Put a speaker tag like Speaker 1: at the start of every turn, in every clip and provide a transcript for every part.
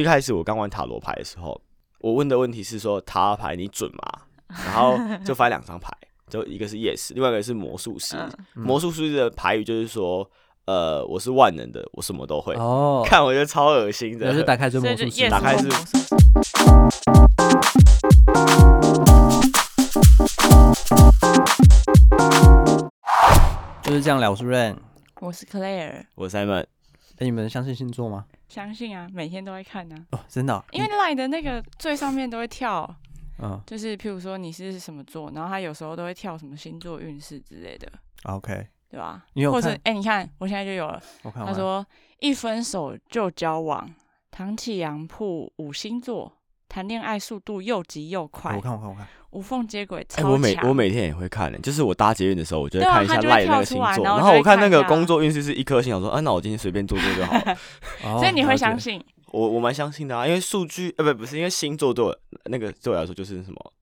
Speaker 1: 一开始我刚玩塔罗牌的时候，我问的问题是说塔罗牌你准吗？然后就翻两张牌，就一个是 yes，另外一个是魔术师。
Speaker 2: 嗯，
Speaker 1: 魔术师的牌语就是说，呃，我是万能的，我什么都会。
Speaker 2: 哦，
Speaker 1: 看我觉得超恶心
Speaker 2: 然后就
Speaker 1: 的。
Speaker 2: 打开追
Speaker 3: 所
Speaker 2: 魔
Speaker 3: 以就
Speaker 2: 术
Speaker 3: 夜
Speaker 2: 师，
Speaker 1: 打开是
Speaker 2: 就是这样了，是不是？
Speaker 3: 我是 Claire，
Speaker 1: 我 Simon，
Speaker 2: 哎，你们相信星座吗？
Speaker 3: 相信啊，每天都会看啊，
Speaker 2: 哦，真的哦，
Speaker 3: 因为
Speaker 1: 嗯
Speaker 3: Line 的那个最上面都会跳，
Speaker 2: 嗯
Speaker 3: 就是譬如说你是什么座，然后它有时候都会跳什么星座运势之类的，
Speaker 2: 啊，OK，
Speaker 3: 对吧？
Speaker 2: 你有
Speaker 3: 或者
Speaker 2: 看
Speaker 3: 哎、你看我现在就有了，
Speaker 2: 我看
Speaker 3: 他
Speaker 2: 完了，
Speaker 3: 说一分手就交往，唐启阳铺五星座，谈恋爱速度又急又
Speaker 2: 哎
Speaker 3: 快
Speaker 2: 我，看我看我看，
Speaker 3: 无缝接轨
Speaker 1: 哎、
Speaker 3: 超强、
Speaker 1: 我每 我每天也会看的、就是我搭捷运的时候，我就会
Speaker 3: 对啊
Speaker 1: 看一下
Speaker 3: 它就会
Speaker 1: 赖的那
Speaker 3: 跳
Speaker 1: 个
Speaker 3: 出
Speaker 1: 星
Speaker 3: 来
Speaker 1: 座，
Speaker 3: 然后
Speaker 1: 然
Speaker 3: 就
Speaker 1: 后
Speaker 3: 会
Speaker 1: 我看那
Speaker 3: 看一
Speaker 1: 个
Speaker 3: 下
Speaker 1: 工作运势是一颗星，想说，啊，那我今天随便做做就 好哦了。
Speaker 2: 所
Speaker 3: 所以你会
Speaker 2: 哦
Speaker 3: 相？信
Speaker 1: 我我蛮相信的啊，因为数据呃不不是，因为星座对我那个对我来说就是什么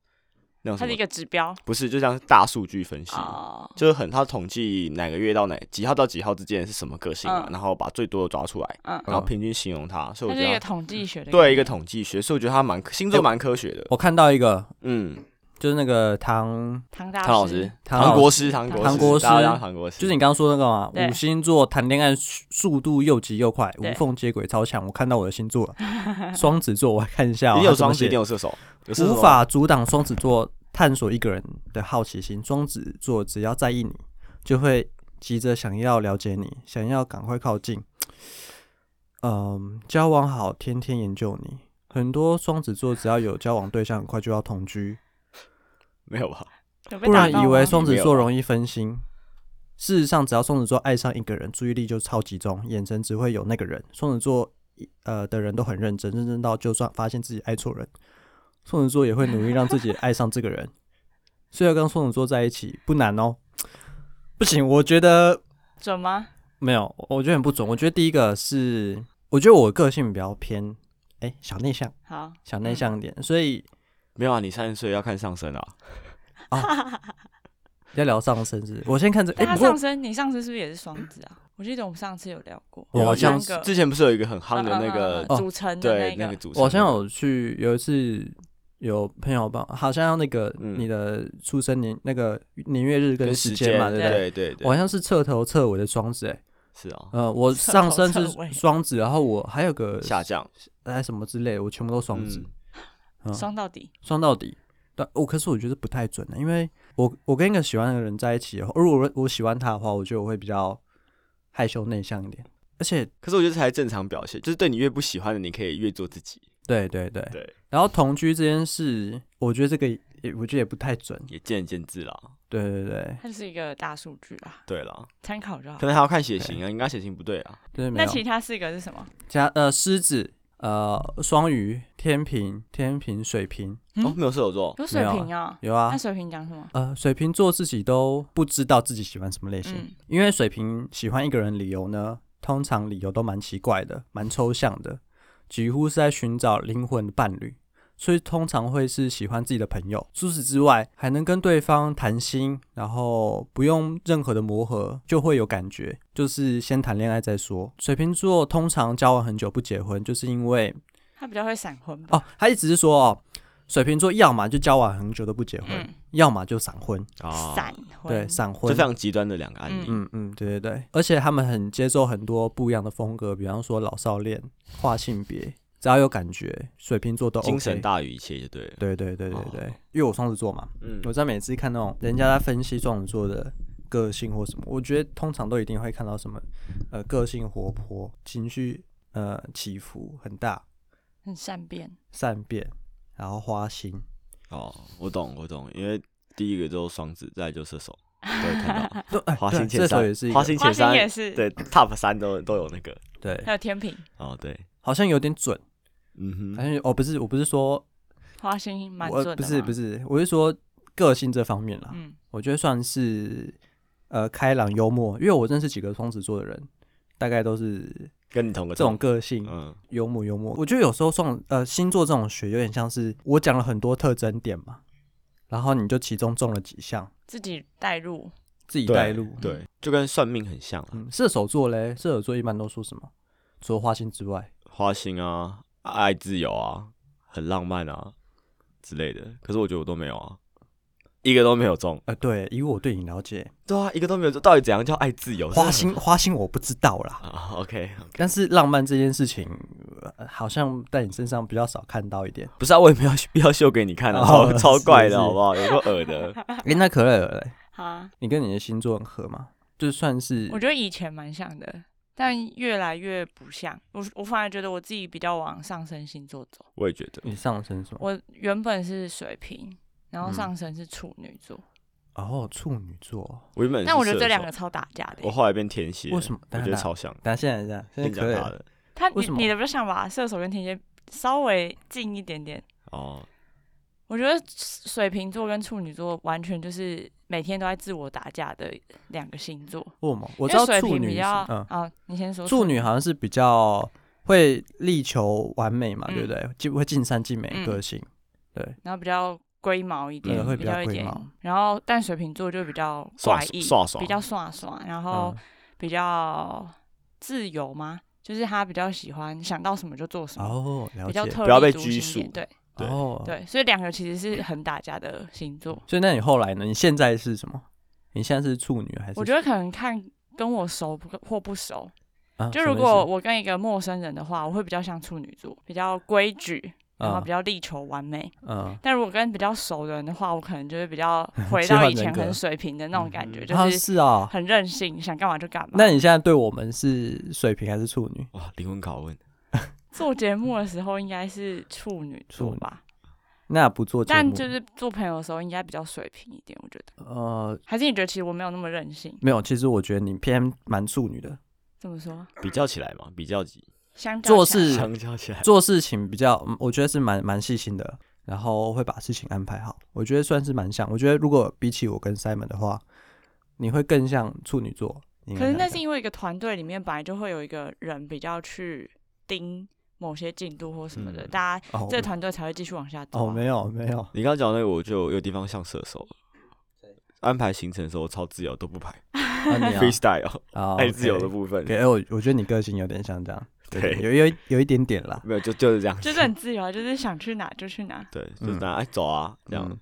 Speaker 1: 那种
Speaker 3: 它
Speaker 1: 什
Speaker 3: 是一
Speaker 1: 么，
Speaker 3: 个指标
Speaker 1: 不是就像是大数据分析，
Speaker 3: 哦。
Speaker 1: 就是很他统计哪个月到哪几号到几号之间是什么个性嘛，
Speaker 3: 嗯
Speaker 1: 然后把最多的抓出来，
Speaker 3: 嗯，
Speaker 1: 然后
Speaker 2: 嗯
Speaker 1: 平均形容它，所以我
Speaker 3: 它是
Speaker 1: 觉
Speaker 3: 一
Speaker 1: 得
Speaker 3: 个
Speaker 1: 它
Speaker 3: 统计学的概
Speaker 1: 对一个
Speaker 3: 念
Speaker 1: 统计学，所以我觉得它蛮星座蛮科学的，
Speaker 2: 我看到一个，
Speaker 1: 嗯，
Speaker 2: 就是那个唐，
Speaker 3: 唐大
Speaker 1: 唐老师，
Speaker 2: 唐老
Speaker 1: 唐国师，唐
Speaker 3: 唐
Speaker 1: 国
Speaker 2: 唐国
Speaker 1: 师，大家
Speaker 2: 师
Speaker 1: 叫唐国师，
Speaker 2: 就是你刚刚说那个嘛，
Speaker 3: 对
Speaker 2: 五星座谈恋爱速速度又急又快，
Speaker 3: 对
Speaker 2: 无缝接轨超强。我看到我的星座了，双子座，我来看一下、哦，
Speaker 1: 一定
Speaker 2: 它
Speaker 1: 有
Speaker 2: 怎
Speaker 1: 双
Speaker 2: 么
Speaker 1: 子，
Speaker 2: 写
Speaker 1: 一定有射手，有射手
Speaker 2: 无法阻挡双子座探索一个人的好奇心。双子座只要在意你，就会急着想要了解你，想要赶快靠近。嗯，交往好，天天研究你。很多双子座只要有交往对象，很快就要同居，
Speaker 1: 没有吧？
Speaker 3: 有被
Speaker 2: 不
Speaker 3: 打
Speaker 2: 然
Speaker 3: 到
Speaker 2: 以为
Speaker 3: 吗
Speaker 2: 双子
Speaker 1: 没有啊
Speaker 2: 座
Speaker 1: 吧
Speaker 2: 容易分心。事实上，只要双子座爱上一个人，注意力就超集中，眼神只会有那个人。双子座呃的人都很认真，认真到就算发现自己爱错人，双子座也会努力让自己爱上这个人。 所以要跟双子座在一起不难哦。不行，我觉得
Speaker 3: 准吗？
Speaker 2: 没有，我觉得很不准。我觉得第一个是，我觉得我个性比较偏哎、小内向，
Speaker 3: 好，
Speaker 2: 小内向一点，所以
Speaker 1: 没有啊，你三十岁要看上升啊，
Speaker 2: 要聊上升是不是我先看这哎、
Speaker 3: 但他
Speaker 2: 啊不过
Speaker 3: 上升，你上升是不是也是双子啊？我记得我们上次有聊过，
Speaker 2: 我好像
Speaker 3: 有三个
Speaker 1: 之前不是有一个很夯的
Speaker 3: 嗯嗯
Speaker 1: 那个
Speaker 3: 嗯嗯组成的
Speaker 1: 对
Speaker 3: 那
Speaker 1: 个
Speaker 3: 个，
Speaker 1: 主持人，
Speaker 2: 我好像有去有一次有朋友帮，好像要那个
Speaker 1: 嗯
Speaker 2: 你的出生年、那个年月日跟
Speaker 1: 跟
Speaker 2: 时
Speaker 1: 时
Speaker 2: 间嘛，对不
Speaker 1: 对
Speaker 2: 对？
Speaker 1: 对对，
Speaker 2: 我好像是彻头彻尾的双子、哎，
Speaker 1: 是啊，
Speaker 2: 呃，我
Speaker 3: 彻
Speaker 2: 上
Speaker 3: 头
Speaker 2: 身
Speaker 3: 彻
Speaker 2: 是
Speaker 3: 尾
Speaker 2: 双子，然后我还有个
Speaker 1: 下降
Speaker 2: 哎什么之类的，我全部都双子，
Speaker 1: 嗯
Speaker 2: 嗯
Speaker 3: 双到底，
Speaker 2: 双到底。但我、可是我觉得不太准啊的，因为我我跟一个喜欢的人在一起以后，如果我我喜欢他的话，我觉得我会比较害羞内向一点，而且
Speaker 1: 可是我觉得才正常表现，就是对你越不喜欢的，你可以越做自己。
Speaker 2: 对对对，
Speaker 1: 对，
Speaker 2: 然后同居这件事，我觉得这个也我觉得也不太准，
Speaker 1: 也见仁见智啦。
Speaker 2: 对对对
Speaker 3: 它就是一个大数据啊，
Speaker 1: 对啦，
Speaker 3: 参考就好
Speaker 1: 可。能还要看血型啊，你刚血型不对啊。
Speaker 2: 对，没
Speaker 3: 那
Speaker 2: 有。
Speaker 3: 其他四个是什么？
Speaker 2: 加呃狮子、呃双鱼、天平、天平、水瓶
Speaker 3: 嗯
Speaker 1: 哦，没有射手座，
Speaker 3: 有水瓶啊，
Speaker 2: 有啊
Speaker 3: 那。水瓶讲什么？
Speaker 2: 呃，水瓶座自己都不知道自己喜欢什么类型，
Speaker 3: 嗯
Speaker 2: 因为水瓶喜欢一个人的理由呢，通常理由都蛮奇怪的，蛮抽象的，几乎是在寻找灵魂的伴侣，所以通常会是喜欢自己的朋友。除此之外，还能跟对方谈心，然后不用任何的磨合就会有感觉，就是先谈恋爱再说。水瓶座通常交往很久不结婚，就是因为
Speaker 3: 他比较会闪婚吧？
Speaker 2: 哦，他一直是说哦，水瓶座要么就交往很久都不结婚，
Speaker 3: 嗯，
Speaker 2: 要么就闪婚，
Speaker 1: 啊，
Speaker 3: 闪
Speaker 2: 对，
Speaker 3: 婚，
Speaker 2: 闪
Speaker 1: 这
Speaker 2: 婚
Speaker 1: 非。常极端的两个案例。
Speaker 2: 嗯嗯，对对对，而且他们很接受很多不一样的风格，比方说老少恋、跨性别， 只要有感觉，水瓶座都 OK。
Speaker 1: 精神大于一切，就对了。
Speaker 2: 哦对对对对对，
Speaker 1: 哦
Speaker 2: 因为我双子座嘛，
Speaker 1: 嗯，
Speaker 2: 我在每次看那种人家在分析双子座的个性或什么，我觉得通常都一定会看到什么，呃，个性活泼，情绪呃起伏很大，
Speaker 3: 很善变。
Speaker 2: 善变，然后花心，
Speaker 1: 哦，我懂，我懂，因为第一个就是双子，再来就射 手，都会看到
Speaker 2: 对，哎
Speaker 1: 花
Speaker 2: 对
Speaker 1: 心
Speaker 2: 这
Speaker 1: 前
Speaker 2: 时候
Speaker 1: 三
Speaker 2: 也是一，个
Speaker 1: 花心
Speaker 3: 花
Speaker 1: 前
Speaker 3: 心
Speaker 1: 三
Speaker 3: 也是，
Speaker 1: 对 top 三都都有那个。
Speaker 2: 对，
Speaker 3: 还有天平，
Speaker 1: 哦，对，
Speaker 2: 好像有点准，
Speaker 1: 嗯哼，
Speaker 2: 好像有哦，不是，我不是说，
Speaker 3: 花心蛮准
Speaker 2: 我
Speaker 3: 的。
Speaker 2: 不是不，是，我是说个性这方面啦，
Speaker 3: 嗯，
Speaker 2: 我觉得算是呃开朗幽默，因为我认识几个双子座的人，大概都是
Speaker 1: 跟你同个
Speaker 2: 这种，个性，
Speaker 1: 嗯，
Speaker 2: 幽默幽默。我觉得有时候双呃星座这种学有点像是我讲了很多特征点嘛，然后你就其中中了几项，
Speaker 3: 自己带入
Speaker 2: 自己
Speaker 1: 对
Speaker 2: 带嗯路。
Speaker 1: 对，就跟算命很像啦。啊
Speaker 2: 嗯，射手座嘞，射手座一般都说什么？除了花心之外，
Speaker 1: 花心啊，爱自由啊，很浪漫啊之类的。可是我觉得我都没有啊，一个都没有中。
Speaker 2: 呃，对，以我对你了解，
Speaker 1: 对啊，一个都没有中。到底怎样叫爱自由？
Speaker 2: 花心花心我不知道啦，
Speaker 1: 啊，OK，
Speaker 2: 但是浪漫这件事情，呃好像在你身上比较少看到一点。
Speaker 1: 不是啊，我也没有必要秀给你看啊，
Speaker 2: 哦
Speaker 1: 超超怪
Speaker 2: 是
Speaker 1: 的
Speaker 2: 是
Speaker 1: 好不好？有个耳的，
Speaker 2: 诶，那可乐嘞，
Speaker 3: 啊，
Speaker 2: 你跟你的星座很合吗？就算是
Speaker 3: 我觉得以前蛮像的，但越来越不像。我我反而觉得我自己比较往上升星座走。
Speaker 1: 我也觉得。
Speaker 2: 你上升什么？
Speaker 3: 我原本是水瓶，然后
Speaker 2: 嗯
Speaker 3: 上升是处女座，
Speaker 2: 哦，处女座，
Speaker 1: 我原本是
Speaker 3: 但我觉得
Speaker 1: 射
Speaker 3: 这两
Speaker 1: 手
Speaker 3: 个，超打架的
Speaker 1: 我
Speaker 3: 欸。
Speaker 1: 后来变天蝎，
Speaker 2: 为什
Speaker 1: 么？
Speaker 2: 么？
Speaker 1: 我
Speaker 2: 等
Speaker 1: 觉得
Speaker 2: 下
Speaker 1: 超像。
Speaker 2: 等下，现在现在现在
Speaker 1: 先讲
Speaker 2: 可
Speaker 1: 他
Speaker 2: 乐
Speaker 1: 的
Speaker 3: 他
Speaker 2: 为
Speaker 3: 你
Speaker 2: 什么
Speaker 3: 你的比较像吧，射手跟天蝎稍微近一点点。
Speaker 1: 哦，
Speaker 3: 我觉得水瓶座跟处女座完全就是每天都在自我打架的两个星座。
Speaker 2: 为什么？我
Speaker 3: 因
Speaker 2: 知
Speaker 3: 为
Speaker 2: 道
Speaker 3: 水
Speaker 2: 处
Speaker 3: 瓶
Speaker 2: 女
Speaker 3: 比
Speaker 2: 是，
Speaker 3: 较
Speaker 2: 嗯，
Speaker 3: 啊，你先说
Speaker 2: 处女好像是比较会力求完美嘛，
Speaker 3: 嗯
Speaker 2: 对不对？就会尽善尽美
Speaker 3: 嗯
Speaker 2: 个性，
Speaker 3: 然后比较龟毛一点，
Speaker 1: 对会
Speaker 2: 比
Speaker 3: 比
Speaker 2: 较
Speaker 3: 较一
Speaker 2: 龟
Speaker 3: 点
Speaker 2: 毛。
Speaker 3: 然后但水瓶座就比较
Speaker 1: 耍
Speaker 3: 怪异，
Speaker 1: 耍耍
Speaker 3: 比较耍耍，然后
Speaker 2: 嗯，
Speaker 3: 比较自由吗？就是他比较喜欢想到什么就做什么，
Speaker 2: 哦，了
Speaker 3: 比较
Speaker 2: 解，
Speaker 3: 特
Speaker 1: 不要
Speaker 3: 立
Speaker 1: 被
Speaker 3: 独
Speaker 1: 拘
Speaker 3: 行一
Speaker 1: 束
Speaker 3: 点对
Speaker 1: 对
Speaker 2: 哦，。
Speaker 3: 对，所以两个其实是很打架的星座。
Speaker 2: 所以那你后来呢？你现在是什么？你现在是处女还是？
Speaker 3: 我觉得可能看跟我熟不或不熟，
Speaker 2: 得，啊、
Speaker 3: 就
Speaker 2: 什么
Speaker 3: 如
Speaker 2: 意
Speaker 3: 果
Speaker 2: 思
Speaker 3: 我跟一个陌生人的话，我会比较像处女座，比较规矩，然后
Speaker 2: 啊
Speaker 3: 比较力求完美。
Speaker 2: 嗯，
Speaker 3: 但如果跟比较熟的人的话，我可能就会比 较回
Speaker 2: 切
Speaker 3: 到
Speaker 2: 换
Speaker 3: 以
Speaker 2: 人
Speaker 3: 前
Speaker 2: 格
Speaker 3: 很水平的那种感觉，
Speaker 1: 嗯
Speaker 3: 就
Speaker 2: 啊
Speaker 3: 是
Speaker 2: 是啊。
Speaker 3: 很任性，想干嘛就干嘛。
Speaker 2: 那你现在对我们是水瓶还是处女？
Speaker 1: 哇，灵魂拷问，
Speaker 3: 做节目的时候应该是处女
Speaker 2: 处
Speaker 3: 座
Speaker 2: 女
Speaker 3: 吧？
Speaker 2: 那不做节目，
Speaker 3: 但就是做朋友的时候应该比较水平一点，我觉得。
Speaker 2: 呃，
Speaker 3: 还是你觉得其实我没有那么任性？
Speaker 2: 没有。其实我觉得你偏蛮处女的，
Speaker 3: 怎么说？
Speaker 1: 比较起来嘛，比较级，
Speaker 3: 相较
Speaker 2: 做
Speaker 3: 起来
Speaker 2: 事
Speaker 1: 相较起来，
Speaker 2: 做事情比较，嗯我觉得是蛮蛮细心的，然后会把事情安排好。我觉得算是蛮像。我觉得如果比起我跟 Simon 的话，你会更像处女座。你应该
Speaker 3: 可是那
Speaker 2: 这样
Speaker 3: 是因为一个团队里面本来就会有一个人比较去盯某些进度或什么的，
Speaker 1: 嗯
Speaker 3: 大家
Speaker 2: 讲
Speaker 3: 这个团队才会继续往下走
Speaker 2: 哦
Speaker 3: 啊、
Speaker 2: 哦没有没有，
Speaker 1: 你刚刚讲那个，我就有地方像射手了。安排行程的时候，我超自由，都不排
Speaker 2: 那 你啊
Speaker 1: ，freestyle，
Speaker 2: 啊
Speaker 1: 爱自由的
Speaker 2: OK
Speaker 1: 部分，
Speaker 2: 给、o 我我觉得你个性有点像这样，
Speaker 1: 对，
Speaker 2: 有有一有一点点啦。
Speaker 1: 没有就就是这样，
Speaker 3: 就是很自由啊，就是想去哪就去哪。
Speaker 1: 对，就是那样哎走啊这
Speaker 2: 嗯
Speaker 1: 样，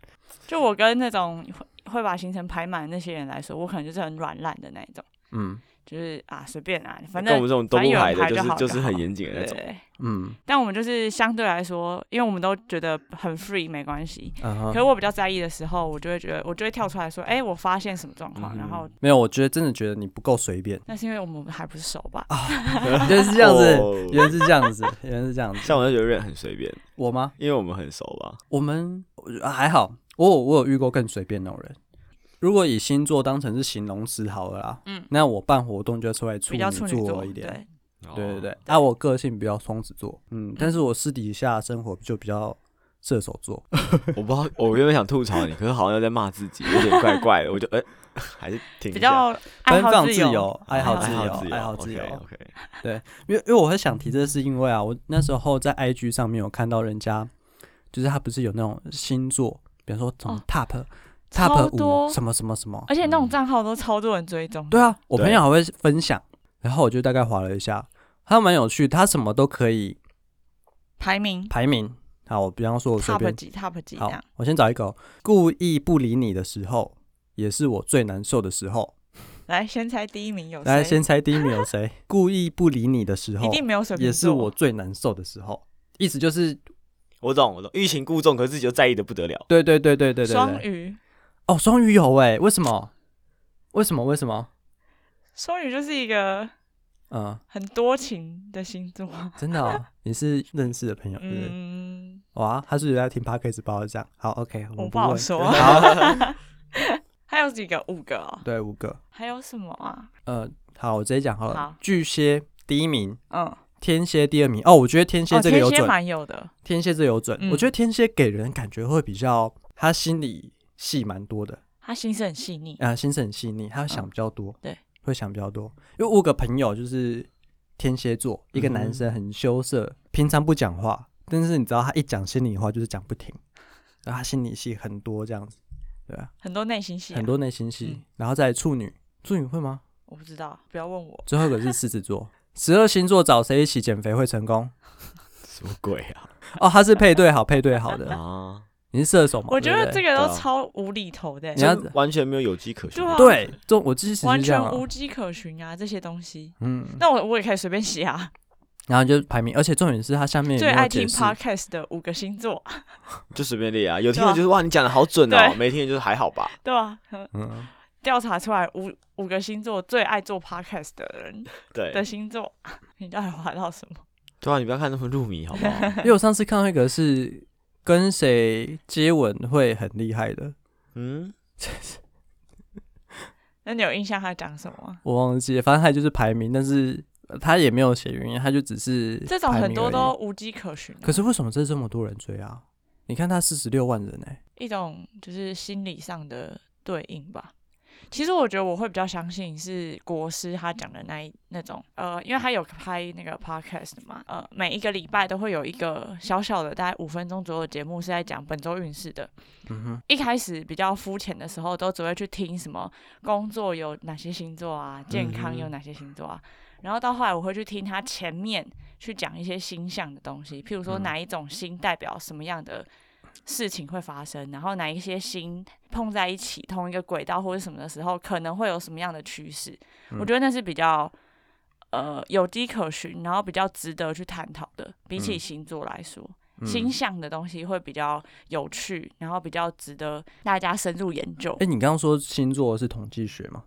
Speaker 3: 就我跟那种会会把行程排满的那些人来说，我可能就是很软烂的那一种，
Speaker 2: 嗯
Speaker 3: 就是啊随便啊，反
Speaker 1: 跟我们这
Speaker 3: 正
Speaker 1: 种都
Speaker 3: 反正
Speaker 1: 不
Speaker 3: 有人
Speaker 1: 排的，
Speaker 3: 排
Speaker 1: 就
Speaker 3: 就是好
Speaker 1: 就是很
Speaker 3: 好
Speaker 1: 严谨的那种，
Speaker 3: 对。
Speaker 2: 嗯
Speaker 3: 但我们就是相对来说，因为我们都觉得很 free 没关系。
Speaker 2: 嗯
Speaker 3: 可
Speaker 2: 哼
Speaker 3: 是我比较在意的时候，我就会觉得，我就会跳出来说，哎、我发现什么状况，
Speaker 1: 嗯
Speaker 3: 然后，
Speaker 2: 没有，我觉得真的觉得你不够随便
Speaker 3: 那是因为我们还不是熟吧？
Speaker 2: 啊原来是这样子，
Speaker 1: 哦
Speaker 2: 原来是这样子，原来是这样子。
Speaker 1: 像我就觉得瑞很随便，
Speaker 2: 我吗？
Speaker 1: 因为我们很熟吧，
Speaker 2: 我们我觉得还好，我有我有遇过更随便那种人。如果以星座当成是形容词好了啦，
Speaker 3: 嗯
Speaker 2: 那我办活动就稍微处
Speaker 3: 比较处
Speaker 2: 女
Speaker 3: 女
Speaker 2: 座
Speaker 3: 座
Speaker 2: 一点，
Speaker 3: 对，
Speaker 2: 对对对
Speaker 1: 哦，。
Speaker 2: 那、我个性比较双子座，嗯，但是我私底下生活就比较射手座，
Speaker 1: 哦我不知道，我原本想吐槽你，可是好像又在骂自己，有点怪怪 的，我就哎，还是挺
Speaker 3: 比较爱
Speaker 2: 奔
Speaker 3: 好
Speaker 2: 放
Speaker 3: 自
Speaker 2: 自由，爱好自
Speaker 1: 自
Speaker 2: 由，
Speaker 1: 由，哦
Speaker 2: 爱好自由。嗯
Speaker 1: OK，
Speaker 2: 因为因为我会想提这，是因为啊，我那时候在 IG 上面有看到人家，就是他不是有那种星座，比方说什么
Speaker 3: 哦
Speaker 2: Top、
Speaker 3: 超
Speaker 2: Top
Speaker 3: 多
Speaker 2: 五什么什么什么，
Speaker 3: 而且那种账号都超多人追踪。
Speaker 2: 对啊，我
Speaker 1: 对
Speaker 2: 朋友还会分享，然后我就大概划了一下，他蛮有趣，他什么都可以
Speaker 3: 排名
Speaker 2: 排名。好，我比方说我随
Speaker 3: top
Speaker 2: 便，
Speaker 3: 几 top 几这
Speaker 2: 好
Speaker 3: 样，，
Speaker 2: 我先找一个哦、故意不理你的时候，也是我最难受的时候。
Speaker 3: 来先猜第一名有谁？
Speaker 2: 来，先猜第一名有 谁？故意不理你的时
Speaker 3: 一
Speaker 2: 候，
Speaker 3: 定没有水瓶座，
Speaker 2: 也是我最难受的时候。意思就是，
Speaker 1: 我懂我懂，欲擒故纵，可是自己又在意的不得了，
Speaker 2: 对对对对对对
Speaker 3: 双
Speaker 2: 对。
Speaker 3: 鱼，
Speaker 2: 哦，双鱼有哎、为什么？为什么？为什么？
Speaker 3: 双鱼就是一个
Speaker 2: 嗯，
Speaker 3: 很多情的星座。
Speaker 2: 真的、哦，你是认识的朋友，对不对？
Speaker 3: 嗯，
Speaker 2: 哇，哦啊他是有在听 podcast 包这样。好，OK，我
Speaker 3: 我
Speaker 2: 们
Speaker 3: 不
Speaker 2: 问
Speaker 3: 好说
Speaker 2: 好，
Speaker 3: 还有几个？五个哦。
Speaker 2: 对，五个。
Speaker 3: 还有什么啊？
Speaker 2: 呃，好，我直接讲好了。
Speaker 3: 好
Speaker 2: 巨蟹第一名，
Speaker 3: 嗯，哦，
Speaker 2: 天蝎第二名。哦，我觉得天蝎这个
Speaker 3: 天
Speaker 2: 有
Speaker 3: 蝎
Speaker 2: 准，
Speaker 3: 蛮有的。
Speaker 2: 天蝎这个有准。
Speaker 3: 嗯
Speaker 2: 我觉得天蝎给人感觉会比较，他心里戏蛮多的，
Speaker 3: 他心思很细腻，
Speaker 2: 啊、心思很细腻，他想比较多，
Speaker 3: 嗯对，
Speaker 2: 会想比较多。因为我有个朋友就是天蝎座，一个男生很羞涩，
Speaker 3: 嗯
Speaker 2: 平常不讲话，但是你知道他一讲心里话就是讲不停，然后他心里戏很多这样子，对啊，
Speaker 3: 很多内心戏啊。
Speaker 2: 很多内心戏。
Speaker 3: 嗯
Speaker 2: 然后再来处女，处女会吗？
Speaker 3: 我不知
Speaker 2: 哦
Speaker 3: 道，不要问我。
Speaker 2: 最后一个是狮子座。十二星座找谁一起减肥会成功？
Speaker 1: 什么鬼啊？
Speaker 2: 哦，他是配对好配对 好的，
Speaker 1: 啊，
Speaker 2: 你是射手嘛？
Speaker 3: 我觉
Speaker 2: 对
Speaker 3: 得
Speaker 2: 不
Speaker 3: 这
Speaker 2: 对
Speaker 1: 对
Speaker 3: 个都
Speaker 1: 啊
Speaker 3: 超无厘头的、
Speaker 2: 你要
Speaker 1: 完全没有有机可循
Speaker 3: 对。啊
Speaker 2: 对，这种我其实
Speaker 3: 完
Speaker 2: 是这
Speaker 3: 全
Speaker 2: 样啊，
Speaker 3: 无迹可寻啊，这些东西。
Speaker 2: 嗯，
Speaker 3: 那我我也可以随便写啊，
Speaker 2: 然后就排名，而且重点是它下面也
Speaker 3: 最
Speaker 2: 没有
Speaker 3: 爱
Speaker 2: 嗯解
Speaker 3: 听
Speaker 2: 释
Speaker 3: podcast 的五个星座，
Speaker 1: 就随便列啊，有听
Speaker 3: 对
Speaker 1: 的
Speaker 3: 啊
Speaker 1: 就是哇，你讲的好准哦
Speaker 3: 对；
Speaker 1: 没听的就是还好吧。
Speaker 3: 对吧、嗯
Speaker 2: 嗯，
Speaker 3: 调查出来五五个星座最爱做 podcast 的人
Speaker 1: 对，
Speaker 3: 的星座， 你到底滑到什么？
Speaker 1: 对啊，你不要看那么入迷，好不好？
Speaker 2: 因为我上次看到一个是跟谁接吻会很厉害的，
Speaker 1: 嗯，
Speaker 3: 那你有印象他讲什么吗？
Speaker 2: 我忘记了，反正他就是排名，但是呃他也没有写原因，他就只是
Speaker 3: 这种
Speaker 2: 排
Speaker 3: 很
Speaker 2: 名
Speaker 3: 多
Speaker 2: 而已
Speaker 3: 都无迹可寻啊、
Speaker 2: 可是为什么这这么多人追啊？你看他四十六万人哎、
Speaker 3: 一种就是心理上的对应吧。其实我觉得我会比较相信是国师他讲的那一那种，呃，因为他有拍那个 podcast 嘛，呃，每一个礼拜都会有一个小小的大概五分钟左右的节目是在讲本周运势的。
Speaker 2: 嗯哼，
Speaker 3: 一开始比较肤浅的时候，都只会去听什么工作有哪些星座啊，健康
Speaker 2: 嗯
Speaker 3: 有哪些星座啊。然后到后来，我会去听他前面去讲一些星象的东西，譬如说
Speaker 2: 嗯
Speaker 3: 哪一种星代表什么样的事情会发生，然后哪一些星碰在一起同一个轨道或者什么的时候，可能会有什么样的趋势。我觉得那是比较呃有迹可循，然后比较值得去探讨的，比起
Speaker 2: 嗯
Speaker 3: 星座来说。
Speaker 2: 嗯
Speaker 3: 星象的东西会比较有趣，然后比较值得大家深入研究
Speaker 2: 哎、。你刚刚说星座是统计学吗？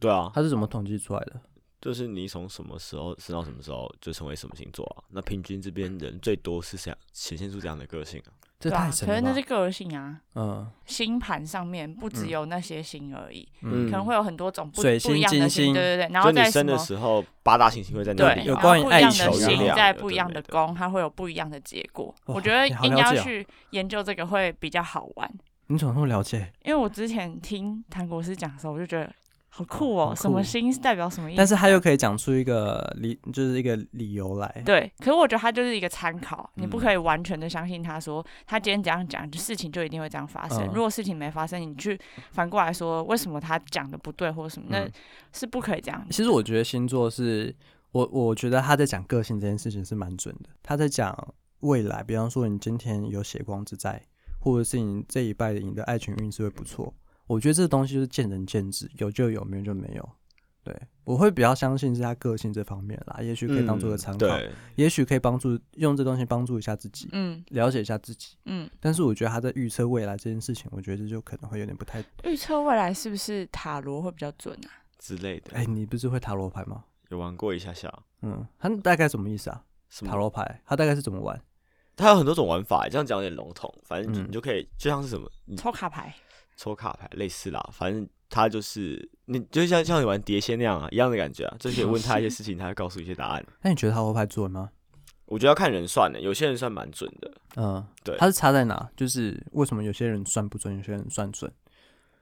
Speaker 1: 对啊，
Speaker 2: 它是怎么统计出来的？
Speaker 1: 就是你从什么时候升到什么时候就成为什么星座啊？那平均这边人最多是这样显现出这样的个性啊。
Speaker 2: 这
Speaker 3: 对啊，
Speaker 2: 太神
Speaker 3: 可
Speaker 2: 了
Speaker 3: 是那是
Speaker 2: 吧！
Speaker 3: 个性啊，
Speaker 2: 嗯
Speaker 3: 星盘上面不只
Speaker 2: 嗯
Speaker 3: 有那些星而已，
Speaker 2: 嗯
Speaker 3: 可能会有很多种不
Speaker 2: 水
Speaker 3: 不一
Speaker 2: 星
Speaker 3: 样的
Speaker 2: 金星
Speaker 3: 对对对，然
Speaker 1: 就
Speaker 3: 后
Speaker 1: 你
Speaker 3: 在什
Speaker 1: 生的
Speaker 3: 么
Speaker 1: 时候，八大行星会在那
Speaker 3: 对，
Speaker 1: 里
Speaker 2: 有
Speaker 1: 啊。
Speaker 2: 关于
Speaker 3: 然后不
Speaker 2: 爱
Speaker 3: 一样
Speaker 2: 情
Speaker 3: 的
Speaker 2: 的力
Speaker 3: 星
Speaker 2: 量
Speaker 3: 在
Speaker 1: 的
Speaker 3: 不一
Speaker 1: 对
Speaker 3: 样
Speaker 1: 对
Speaker 3: 的
Speaker 1: 对
Speaker 3: 宫，它会有不一样的结果。
Speaker 2: 哇
Speaker 3: 我觉得
Speaker 2: 你好
Speaker 3: 应
Speaker 2: 了
Speaker 3: 该要
Speaker 2: 解哦
Speaker 3: 去研究这个会比较好玩，
Speaker 2: 你怎么那么了解？
Speaker 3: 因为我之前听韩国师讲的时候，我就觉得好酷
Speaker 2: 好
Speaker 3: 哦，什么
Speaker 2: 酷
Speaker 3: 星代表什么意思？
Speaker 2: 但是他又可以讲出一个理，就是一个理由来。
Speaker 3: 对，可是我觉得它就是一个参考，你不
Speaker 2: 嗯
Speaker 3: 可以完全的相信他说他今天怎样讲，事情就一定会这样发生。
Speaker 2: 嗯
Speaker 3: 如果事情没发生，你去反过来说为什么他讲的不对或者什么，那
Speaker 2: 嗯
Speaker 3: 是不可以这样。
Speaker 2: 其实我觉得星座是我，我觉得他在讲个性这件事情是蛮准的。他在讲未来，比方说你今天有血光之灾，或者是你这一拜你的爱情运势会不错。我觉得这东西就是见仁见智，有就有，没有就没有。对，我会比较相信是他个性这方面啦，也许可以当做个参考，
Speaker 1: 嗯对，
Speaker 2: 也许可以帮助用这东西帮助一下自己，
Speaker 3: 嗯
Speaker 2: 了解一下自己。
Speaker 3: 嗯，
Speaker 2: 但是我觉得他在预测未来这件事情，我觉得就可能会有点不太……
Speaker 1: 嗯
Speaker 3: 预测未来是不是塔罗会比较准啊？
Speaker 1: 之类
Speaker 2: 哎、
Speaker 1: 的，
Speaker 2: 你不是会塔罗牌吗？
Speaker 1: 有玩过一下下。
Speaker 2: 嗯，他大概什么意思啊？
Speaker 1: 什
Speaker 2: 塔
Speaker 1: 么？
Speaker 2: 罗牌它大概是怎么玩？
Speaker 1: 它有很多种玩法，这样讲有点笼统。反正就
Speaker 2: 嗯
Speaker 1: 你就可以，就像是什么，你
Speaker 3: 抽卡牌，
Speaker 1: 抽卡牌类似啦，反正它就是你就像像你玩碟仙那样啊，一样的感觉啊，就可以问他一些事情，他会告诉一些答案。
Speaker 2: 那你觉得塔罗牌准吗？
Speaker 1: 我觉得要看人算的，有些人算蛮准的。
Speaker 2: 嗯，
Speaker 1: 对
Speaker 2: 它是差在哪？就是为什么有些人算不准，有些人算准？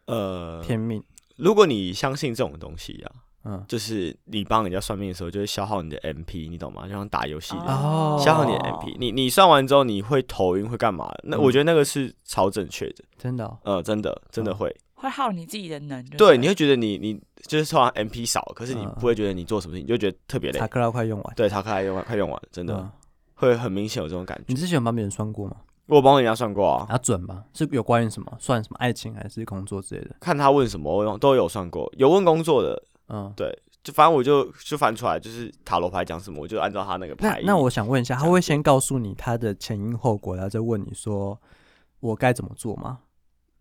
Speaker 1: 呃，
Speaker 2: 天命。
Speaker 1: 如果你相信这种东西啊，
Speaker 2: 嗯，
Speaker 1: 就是你帮人家算命的时候，就会消耗你的 MP，你懂吗？就像打游戏一样。
Speaker 2: 哦
Speaker 1: 消耗你的 MP，你你算完之后你会头晕会干嘛？那
Speaker 2: 嗯
Speaker 1: 我觉得那个是超正确的，
Speaker 2: 真的、哦。
Speaker 1: 呃，真的真的会，
Speaker 3: 会耗你自己的能。
Speaker 1: 对，
Speaker 3: 不
Speaker 1: 你会觉得你你就是突然 MP 少，可是你
Speaker 2: 嗯
Speaker 1: 不会觉得你做什么事情，你就觉得特别累
Speaker 2: 塔。克拉快用完。
Speaker 1: 对，他快用完，快用完，真的、
Speaker 2: 嗯
Speaker 1: 会很明显有这种感觉
Speaker 2: 你。之前有帮别人算过吗？
Speaker 1: 我有帮人家算过啊，
Speaker 2: 啊，准吗？是有关于什么？算什么爱情还是工作之类的？
Speaker 1: 看他问什么，我有都有算过，有问工作的，
Speaker 2: 嗯，
Speaker 1: 对就反正我就就翻出来，就是塔罗牌讲什么，我就按照他那个
Speaker 2: 那
Speaker 1: 牌意。
Speaker 2: 那我想问一下，
Speaker 1: 这
Speaker 2: 他
Speaker 1: 样
Speaker 2: 会
Speaker 1: 子
Speaker 2: 先告诉你他的前因后果，然后再问你说我该怎么做吗？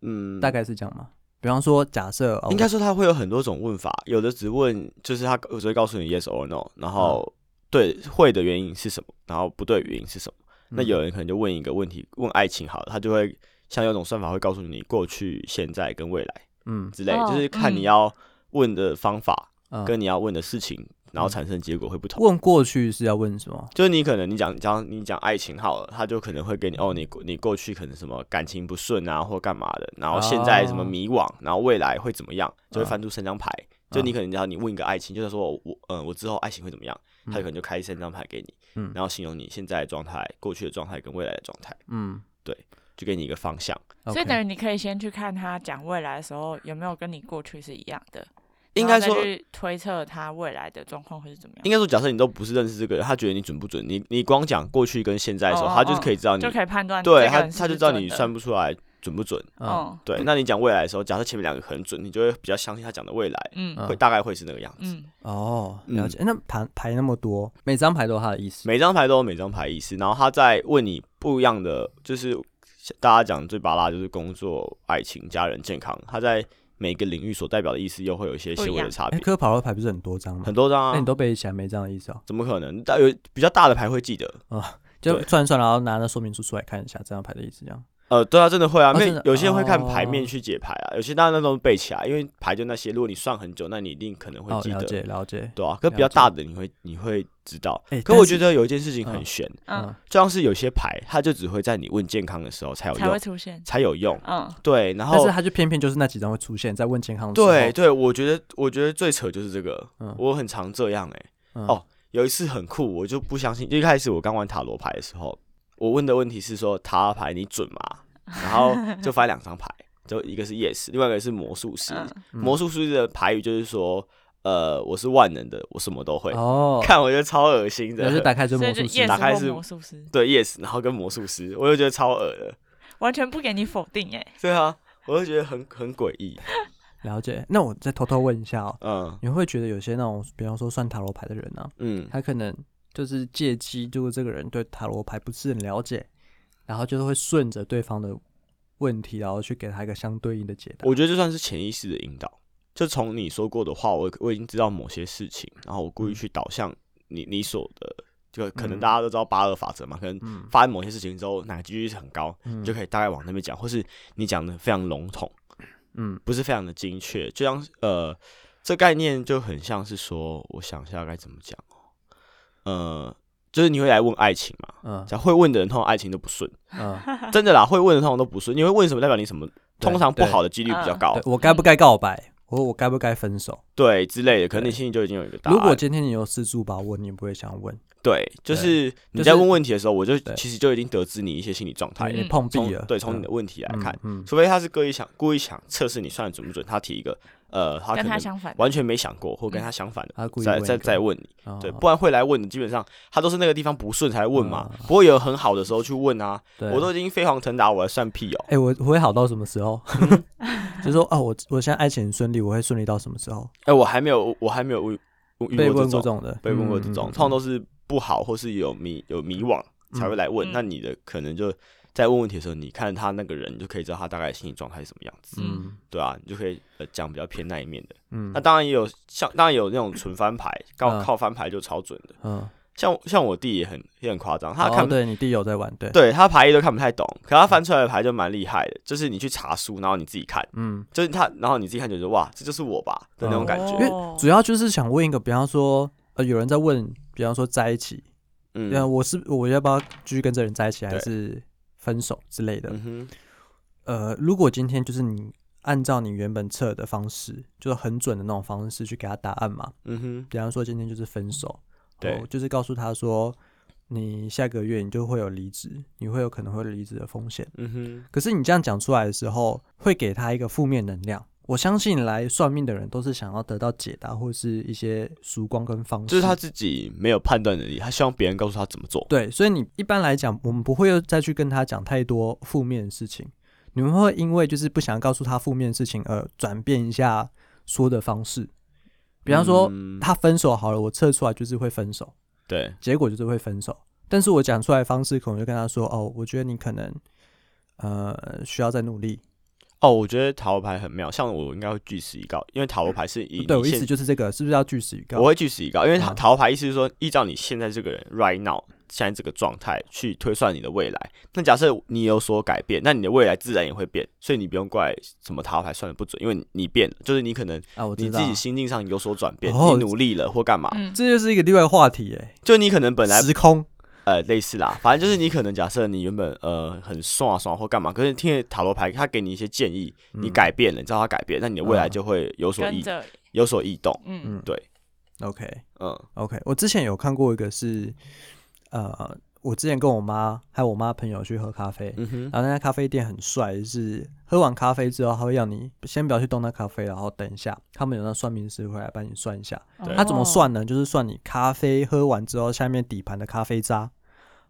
Speaker 1: 嗯，
Speaker 2: 大概是这样吗？比方说，假设、哦、
Speaker 1: 应该说他会有很多种问法，有的只问就是他有时候会告诉你 yes or no，然后
Speaker 2: 啊
Speaker 1: 对会的原因是什么，然后不对的原因是什么。那
Speaker 2: 嗯
Speaker 1: 有人可能就问一个问题，问爱情好了，他就会像有种算法会告诉你过去、现在跟未来
Speaker 2: 嗯
Speaker 1: 之类的，
Speaker 3: 哦
Speaker 1: 就是看
Speaker 3: 嗯
Speaker 1: 你要问的方法
Speaker 2: 嗯，
Speaker 1: 跟你要问的事情，然后产生结果会不同。
Speaker 2: 问过去是要问什么？
Speaker 1: 就是你可能你讲讲你讲爱情好了，他就可能会给你哦，你过你过去可能什么感情不顺啊，或干嘛的，然后现在什么
Speaker 2: 哦
Speaker 1: 迷惘，然后未来会怎么样，就
Speaker 3: 嗯
Speaker 1: 会翻出三张牌。就你
Speaker 2: 嗯
Speaker 1: 可能只要你问一个爱情，就是说我嗯、呃我之后爱情会怎么样，他
Speaker 3: 嗯
Speaker 1: 就可能就开三张牌给你，
Speaker 2: 嗯
Speaker 1: 然后形容你现在的状态、过去的状态跟未来的状态，
Speaker 2: 嗯，
Speaker 1: 就给你一个方向。
Speaker 3: 所以等
Speaker 2: 于
Speaker 3: 于你可以先去看他讲未来的时候有没有跟你过去是一样的，
Speaker 1: 应该
Speaker 3: 然后再
Speaker 1: 说
Speaker 3: 去推测他未来的状况会是怎么样，
Speaker 1: 应该说，假设你都不是认识这个人，他觉得你准不准，你你光讲过去跟现在的时候，
Speaker 3: 哦
Speaker 1: 他就是可以知道你
Speaker 3: 就，可以判断
Speaker 1: 对
Speaker 3: 这个
Speaker 1: 他
Speaker 3: 人是
Speaker 1: 他
Speaker 3: 不
Speaker 1: 就是知道你
Speaker 3: 准的
Speaker 1: 算不出来准不准。
Speaker 2: 嗯，
Speaker 3: 嗯
Speaker 1: 对，那你讲未来的时候，假设前面两个很准，你就会比较相信他讲的未来
Speaker 3: 嗯
Speaker 2: 嗯
Speaker 1: 会大概会是那个样子。
Speaker 3: 嗯
Speaker 2: 哦，了解。诶那牌牌那么多，每张牌都有它的意思。
Speaker 1: 每张牌都有每张牌意思，然后他再问你不一样的，就是大家讲最巴拉就是工作、爱情、家人、健康，他在每个领域所代表的意思又会有一些
Speaker 3: 不一
Speaker 1: 细微的
Speaker 3: 样
Speaker 1: 差
Speaker 2: 哎，
Speaker 1: 别。
Speaker 2: 科考的牌不是很多张吗
Speaker 1: 很？多张
Speaker 2: 那
Speaker 1: 啊
Speaker 2: 你，都背起来每张的意思哦，
Speaker 1: 怎么可能？大有比较大的牌会记得，
Speaker 2: 就
Speaker 1: 对
Speaker 2: 算一算，然后拿那说明书出来看一下这张牌的意思，这样。
Speaker 1: 呃，对啊，真的会啊，
Speaker 2: 哦
Speaker 1: 因
Speaker 2: 真
Speaker 1: 为
Speaker 2: 的
Speaker 1: 有些人会看牌
Speaker 2: 哦
Speaker 1: 面去解牌啊，有些当然那都背起来，因为牌就那些，如果你算很久，那你一定可能会
Speaker 2: 哦，
Speaker 1: 记
Speaker 2: 了
Speaker 1: 得，
Speaker 2: 解了解。
Speaker 1: 对啊。可比较
Speaker 2: 了解
Speaker 1: 大的你会你会知道
Speaker 2: 哎，
Speaker 1: 可
Speaker 2: 但
Speaker 1: 我
Speaker 2: 是
Speaker 1: 觉得有一件事情很
Speaker 2: 嗯
Speaker 1: 悬，
Speaker 3: 嗯，
Speaker 1: 就像是有些牌，它就只会在你问健康的时候
Speaker 2: 嗯
Speaker 1: 才有
Speaker 3: 才会
Speaker 1: 用，
Speaker 3: 出现，
Speaker 1: 才有用。
Speaker 3: 嗯
Speaker 1: 对，然
Speaker 2: 但
Speaker 1: 后
Speaker 2: 是他就偏偏就是那几张会出现在问健康的时候。
Speaker 1: 对对，我觉得我觉得最扯就是这个
Speaker 2: 嗯，
Speaker 1: 我很常这样哎。
Speaker 2: 嗯
Speaker 1: 哦有一次很酷，我就不相信，一开始我刚玩塔罗牌的时候，我问的问题是说塔罗牌你准吗？然后就翻两张牌，就一个是 yes，另外一个是魔术师。
Speaker 3: 嗯，
Speaker 1: 魔术师的牌语就是说，呃，我是万能的，我什么都会。
Speaker 2: 哦，
Speaker 1: 看我觉得超恶心
Speaker 2: 然后就
Speaker 1: 的，
Speaker 2: 打开这
Speaker 3: 所
Speaker 2: 魔
Speaker 3: 以就
Speaker 2: 术师
Speaker 3: yes
Speaker 1: 打开
Speaker 3: 或
Speaker 1: 是
Speaker 3: 魔术师，
Speaker 1: 对 yes，然后跟魔术师，我就觉得超恶的。
Speaker 3: 完全不给你否定哎，
Speaker 1: 对啊，我就觉得很很诡异。
Speaker 2: 了解。那我再偷偷问一下哦，
Speaker 1: 嗯
Speaker 2: 你会觉得有些那种，比方说算塔罗牌的人啊，
Speaker 1: 嗯，
Speaker 2: 他可能就是借机，就是这个人对塔罗牌不是很了解，然后就是会顺着对方的问题，然后去给他一个相对应的解答。
Speaker 1: 我觉得这算是潜意识的引导，就从你说过的话，我我已经知道某些事情，然后我故意去导向你你所的，就可能
Speaker 2: 嗯
Speaker 1: 大家都知道八二法则嘛，可能
Speaker 2: 嗯
Speaker 1: 发生某些事情之后，哪个几率是很高，
Speaker 2: 嗯
Speaker 1: 你就可以大概往那边讲，或是你讲的非常笼统，
Speaker 2: 嗯
Speaker 1: 不是非常的精确，就像呃，这概念就很像是说，我想一下该怎么讲哦，呃，就是你会来问爱情嘛，
Speaker 2: 嗯
Speaker 1: 讲会问的人通常爱情都不 顺，
Speaker 2: 嗯，
Speaker 1: 真的啦，会问的通常都不顺，你会问什么代表你什么。
Speaker 2: 对
Speaker 1: 通常不
Speaker 2: 对
Speaker 1: 好的几率比较
Speaker 3: 嗯
Speaker 1: 高
Speaker 2: 对，我该不该告白，或我该不该分手？
Speaker 1: 对之类的，可能
Speaker 2: 对
Speaker 1: 你心里就已经有一个答案。
Speaker 2: 如果今天你有四柱把握，你也不会想问，
Speaker 1: 对，就是
Speaker 2: 就
Speaker 1: 你在
Speaker 2: 是
Speaker 1: 问问题的时候，我就
Speaker 2: 对
Speaker 1: 其实就已经得知你一些心理状态
Speaker 2: 因为
Speaker 1: 了。
Speaker 2: 你碰壁
Speaker 1: 从
Speaker 2: 了。
Speaker 1: 对，从你
Speaker 2: 嗯
Speaker 1: 的问题来看，
Speaker 2: 嗯，嗯
Speaker 1: 除非他是故意想故意想测试你算的准不准，他提一个呃，他可
Speaker 3: 跟他
Speaker 1: 能
Speaker 3: 相反的，
Speaker 1: 完全没想过，或跟他相反的，
Speaker 2: 嗯他故意
Speaker 1: 再
Speaker 2: 问
Speaker 1: 再
Speaker 2: 一个
Speaker 1: 再问你。
Speaker 2: 哦
Speaker 1: 对，不然会来问的，基本上他都是那个地方不顺才来问嘛
Speaker 2: 嗯，
Speaker 1: 不会有很好的时候去问啊。
Speaker 2: 对
Speaker 1: 我都已经飞黄腾达，我还算屁哦。
Speaker 2: 哎、我我会好到什么时候？ 就说哦，我我现在爱情很顺利，我会顺利到什么时候？
Speaker 1: 哎，我还没有，我还没有遇遇
Speaker 2: 被
Speaker 1: 过这
Speaker 2: 问过这
Speaker 1: 种
Speaker 2: 种的，
Speaker 1: 被问过这
Speaker 2: 嗯
Speaker 1: 种，通
Speaker 2: 嗯
Speaker 1: 常
Speaker 2: 嗯
Speaker 1: 都是不好或是有迷有迷惘才会来问。
Speaker 3: 嗯
Speaker 1: 那你的可能就在问问题的时候，你看他那个人，你就可以知道他大概心理状态是什么样子，
Speaker 2: 嗯
Speaker 1: 对啊，你就可以呃讲比较偏那一面的。
Speaker 2: 嗯
Speaker 1: 那当然也有像，当然有那种纯翻 牌，靠
Speaker 2: 嗯
Speaker 1: 靠翻牌就超准的。
Speaker 2: 嗯，
Speaker 1: 像像我弟也很也很夸张，他
Speaker 2: 哦
Speaker 1: 看、
Speaker 2: 对你弟有在玩，对，
Speaker 1: 对他牌意都看不太懂，可他翻出来的牌就蛮厉害的，就是你去查书，然后你自己看，
Speaker 2: 嗯，
Speaker 1: 就是他，然后你自己看就觉得哇，这就是我吧的那种感觉。
Speaker 2: 因
Speaker 3: 哦
Speaker 2: 为主要就是想问一个，比方说，呃，有人在问，比方说在一起，
Speaker 1: 嗯
Speaker 2: 呃，我是我要不要继续跟这人在一起，还
Speaker 1: 对
Speaker 2: 是分手之类的？
Speaker 1: 嗯哼，
Speaker 2: 呃，如果今天就是你按照你原本测的方式，就是很准的那种方式去给他答案嘛，
Speaker 1: 嗯哼，
Speaker 2: 比方说今天就是分手，
Speaker 1: 对
Speaker 2: 哦就是告诉他说，你下个月你就会有离职，你会有可能会离职的风险。
Speaker 1: 嗯哼，
Speaker 2: 可是你这样讲出来的时候，会给他一个负面能量。我相信来算命的人都是想要得到解答或是一些曙光跟方式，
Speaker 1: 就是他自己没有判断能力，他希望别人告诉他怎么做。
Speaker 2: 对，所以你一般来讲，我们不会再去跟他讲太多负面的事情。你们会因为就是不想告诉他负面的事情而转变一下说的方式，比方说、
Speaker 1: 嗯
Speaker 2: 他分手好了，我测出来就是会分手，
Speaker 1: 对，
Speaker 2: 结果就是会分手。但是我讲出来的方式，可能就跟他说：“哦，我觉得你可能呃需要再努力。
Speaker 1: 哦，我觉得塔罗牌很妙，像我应该会据实以告，因为塔罗牌是以”
Speaker 2: 对，
Speaker 1: 你
Speaker 2: 我意
Speaker 1: 现
Speaker 2: 思就是这个，是不是要据实以告？
Speaker 1: 我会据实以告，因为塔
Speaker 2: 嗯
Speaker 1: 塔罗牌意思是说，依照你现在这个人 right now 现在这个状态去推算你的未来。那假设你有所改变，那你的未来自然也会变，所以你不用怪什么塔罗牌算的不准，因为你你变了，就是你可能
Speaker 2: 啊，我
Speaker 1: 你
Speaker 2: 知道
Speaker 1: 自，己心境上有所转变，
Speaker 2: 哦
Speaker 1: 你努力了或干嘛，
Speaker 3: 嗯
Speaker 2: 这就是一个例外话题哎，
Speaker 1: 就你可能本来
Speaker 2: 时空
Speaker 1: 呃，类似啦，反正就是你可能假设你原本呃很爽啊爽啊或干嘛，可是听了塔罗牌，他给你一些建议，你
Speaker 2: 嗯
Speaker 1: 改变了，你知道他改变，那你的未来就会有所
Speaker 3: 跟
Speaker 1: 异、
Speaker 3: 着
Speaker 1: 有所异动。
Speaker 3: 嗯
Speaker 2: 嗯
Speaker 1: 对，
Speaker 2: OK。
Speaker 1: 嗯
Speaker 2: OK，我之前有看过一个是，呃，我之前跟我妈还有我妈朋友去喝咖啡，
Speaker 1: 嗯哼，
Speaker 2: 然后那家咖啡店很帅，就是喝完咖啡之后，他会让你先不要去动那咖啡，然后等一下，他们有那算命师会来帮你算一下。
Speaker 3: 哦
Speaker 1: 对哦
Speaker 2: 他怎么？算呢？就是算你咖啡喝完之后，下面底盘的咖啡渣，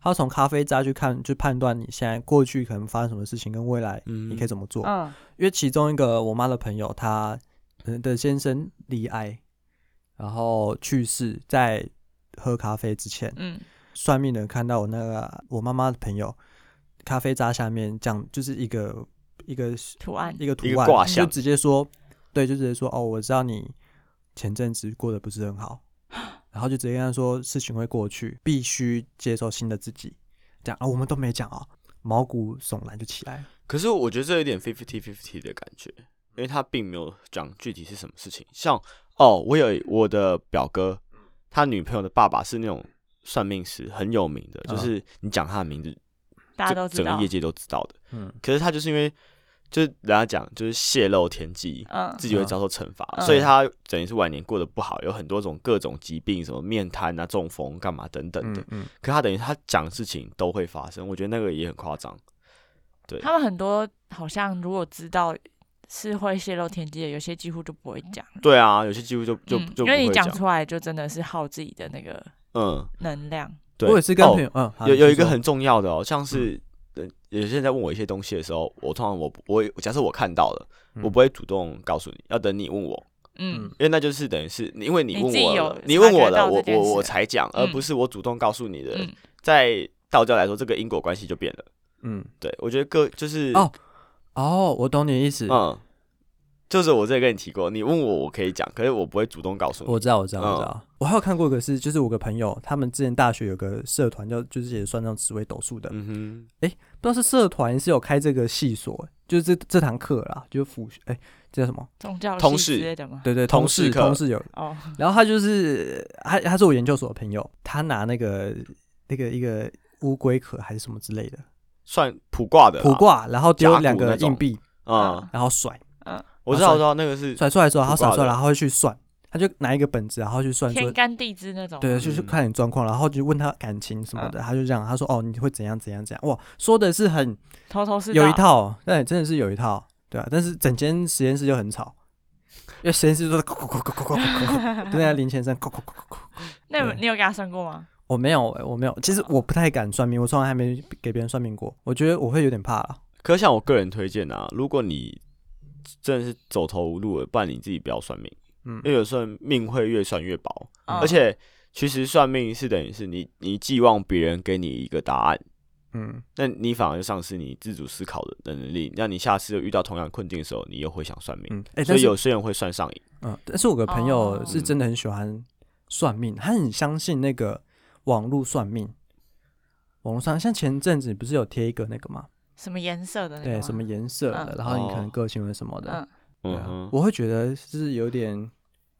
Speaker 2: 他从咖啡渣去看，去判断你现在过去可能发生什么事情，跟未来
Speaker 1: 嗯
Speaker 2: 你可以怎么做。
Speaker 3: 嗯，
Speaker 2: 因为其中一个我妈的朋友，她呃的先生离癌，然后去世，在喝咖啡之前，
Speaker 3: 嗯，
Speaker 2: 算命的看到我那个我妈妈的朋友咖啡渣下面这样，就是一个一个
Speaker 3: 图案
Speaker 2: 一个图
Speaker 1: 一个
Speaker 2: 案，
Speaker 1: 卦
Speaker 2: 就
Speaker 1: 象
Speaker 2: 直接说，对，就直接说哦，我知道你前阵子过得不是 很好，然后就直接跟他说事情会过去，必须接受新的自己。这样啊、我们都没讲哦，毛骨悚然就起来了。
Speaker 1: 可是我觉得这有点 fifty fifty 的感觉，因为他并没有讲具体是什么事情。像哦，我有我的表哥，他女朋友的爸爸是那种算命师，很有名的，就
Speaker 2: 嗯
Speaker 1: 是你讲他的名字，
Speaker 3: 大家都
Speaker 1: 整
Speaker 3: 知
Speaker 1: 整
Speaker 3: 道
Speaker 1: 个业。界都知道的。
Speaker 2: 嗯，
Speaker 1: 可是他就是因为就是人家讲就是泄露天机，
Speaker 3: 嗯
Speaker 1: 自己会遭受惩罚，
Speaker 3: 嗯
Speaker 1: 所以他等于是晚年过得不好，有很多种各种疾病，什么面瘫啊、中风干嘛等等的。
Speaker 2: 嗯嗯，
Speaker 1: 可他等于他讲的事情都会发生，我觉得那个也很夸张。
Speaker 3: 他们很多好像如果知道是会泄露天机的，有些几乎就不会讲
Speaker 2: 嗯
Speaker 3: 了。
Speaker 1: 对啊，有些几乎就就、
Speaker 3: 嗯
Speaker 1: 就不
Speaker 3: 因为
Speaker 1: 会
Speaker 3: 你讲出来就真的是耗自己的那个
Speaker 1: 嗯，
Speaker 3: 能量。
Speaker 1: 对。
Speaker 2: 我也是跟
Speaker 1: 哦
Speaker 2: 朋友，嗯，好
Speaker 1: 有有
Speaker 2: 你
Speaker 1: 一个
Speaker 2: 说嗯
Speaker 1: 很重要的哦，像是呃有些人在问我一些东西的时候，我通常我不我会假设我看到了，我
Speaker 2: 嗯
Speaker 1: 不会主动告诉你，要等你问我，
Speaker 3: 嗯
Speaker 1: 因为那就是等于是你因为你
Speaker 3: 你
Speaker 1: 问
Speaker 3: 自己
Speaker 1: 我
Speaker 3: 有
Speaker 1: 了，你
Speaker 3: 察
Speaker 1: 问
Speaker 3: 觉
Speaker 1: 我了，
Speaker 3: 到
Speaker 1: 我
Speaker 3: 这件
Speaker 1: 我我
Speaker 3: 事
Speaker 1: 才讲，而
Speaker 3: 嗯
Speaker 1: 不是我主动告诉你的。
Speaker 3: 嗯，
Speaker 1: 在道教来说，这个因果关系就变了。
Speaker 2: 嗯
Speaker 1: 对我觉得各就是
Speaker 2: 哦哦，我懂你的意思，
Speaker 1: 嗯，就是我之前跟你提过，你问我我可以讲，可是我不会主动告诉你。
Speaker 2: 我知道，我知道，
Speaker 1: 嗯
Speaker 2: 我知道。我还有看过一个是，就是我个朋友，他们之前大学有个社团叫，就是也算那种紫微斗数的，
Speaker 1: 嗯哼，
Speaker 2: 不知道是社团是有开这个系所、就是这这堂课啦，就是辅哎、这叫什么？
Speaker 3: 宗教
Speaker 1: 同
Speaker 3: 系
Speaker 1: 事
Speaker 3: 之类的吗？
Speaker 2: 对对，
Speaker 1: 同
Speaker 2: 同
Speaker 1: 事
Speaker 2: 事
Speaker 1: 课
Speaker 2: 同事有，
Speaker 3: 哦，
Speaker 2: 然后他就是他他是我研究所的朋友，他拿那个那个一个乌龟壳还是什么之类的
Speaker 1: 算卜卦的啦
Speaker 2: 卜，卦，啊然后丢
Speaker 1: 啊甲骨
Speaker 2: 两
Speaker 1: 那
Speaker 2: 个
Speaker 1: 种
Speaker 2: 硬币，
Speaker 1: 嗯，
Speaker 2: 然后甩
Speaker 1: 我知道，我知道那个是
Speaker 2: 甩出来之后，他
Speaker 1: 卜卦
Speaker 2: 甩出来，
Speaker 1: 的
Speaker 2: 然后去算，他就拿一个本子，然后去算说
Speaker 3: 天干地支那种。
Speaker 2: 对，就是
Speaker 1: 嗯
Speaker 2: 看你状况，然后就问他感情什么的，他就这样，他说哦你会怎样怎样怎样，哇，说的是很
Speaker 3: 头头是道
Speaker 2: 有一，套，对，真的是有一套，对啊，但是整间实验室就很吵，因为实验室都在咕咕咕咕咕 咕咕咕咕，就在林先生咕咕咕咕咕，
Speaker 3: 那有
Speaker 2: 对
Speaker 3: 你有给他算过吗？
Speaker 2: 我没有，欸我没有，其实我不太敢算命，我从来还没给别人算命过，我觉得我会有点怕了，
Speaker 1: 可是像我个人推荐啊，如果你真的是走投无路了，不然你自己不要算命，
Speaker 2: 嗯
Speaker 1: 因为有时候命会越算越薄，
Speaker 3: 嗯
Speaker 1: 而且其实算命是等于是你你寄望别人给你一个答案，
Speaker 2: 嗯
Speaker 1: 那你反而丧失你自主思考的能力，让你下次又遇到同样困境的时候，你又会想算命，
Speaker 2: 嗯，哎，
Speaker 1: 所
Speaker 2: 但
Speaker 1: 以
Speaker 2: 是
Speaker 1: 有些人会算上瘾。
Speaker 2: 嗯，但是我个朋友
Speaker 3: 哦
Speaker 2: 是真的很喜欢算命，他很相信那个网络算命。网络上像前阵子不是有贴一个那个嘛，
Speaker 3: 什么颜色的那个吗？
Speaker 2: 对，什么颜色的，
Speaker 3: 嗯
Speaker 2: 然后你可能
Speaker 1: 哦
Speaker 2: 个性或什么的，
Speaker 3: 嗯，
Speaker 2: 对
Speaker 1: 嗯
Speaker 2: 啊
Speaker 1: 哼，
Speaker 2: 我会觉得是有点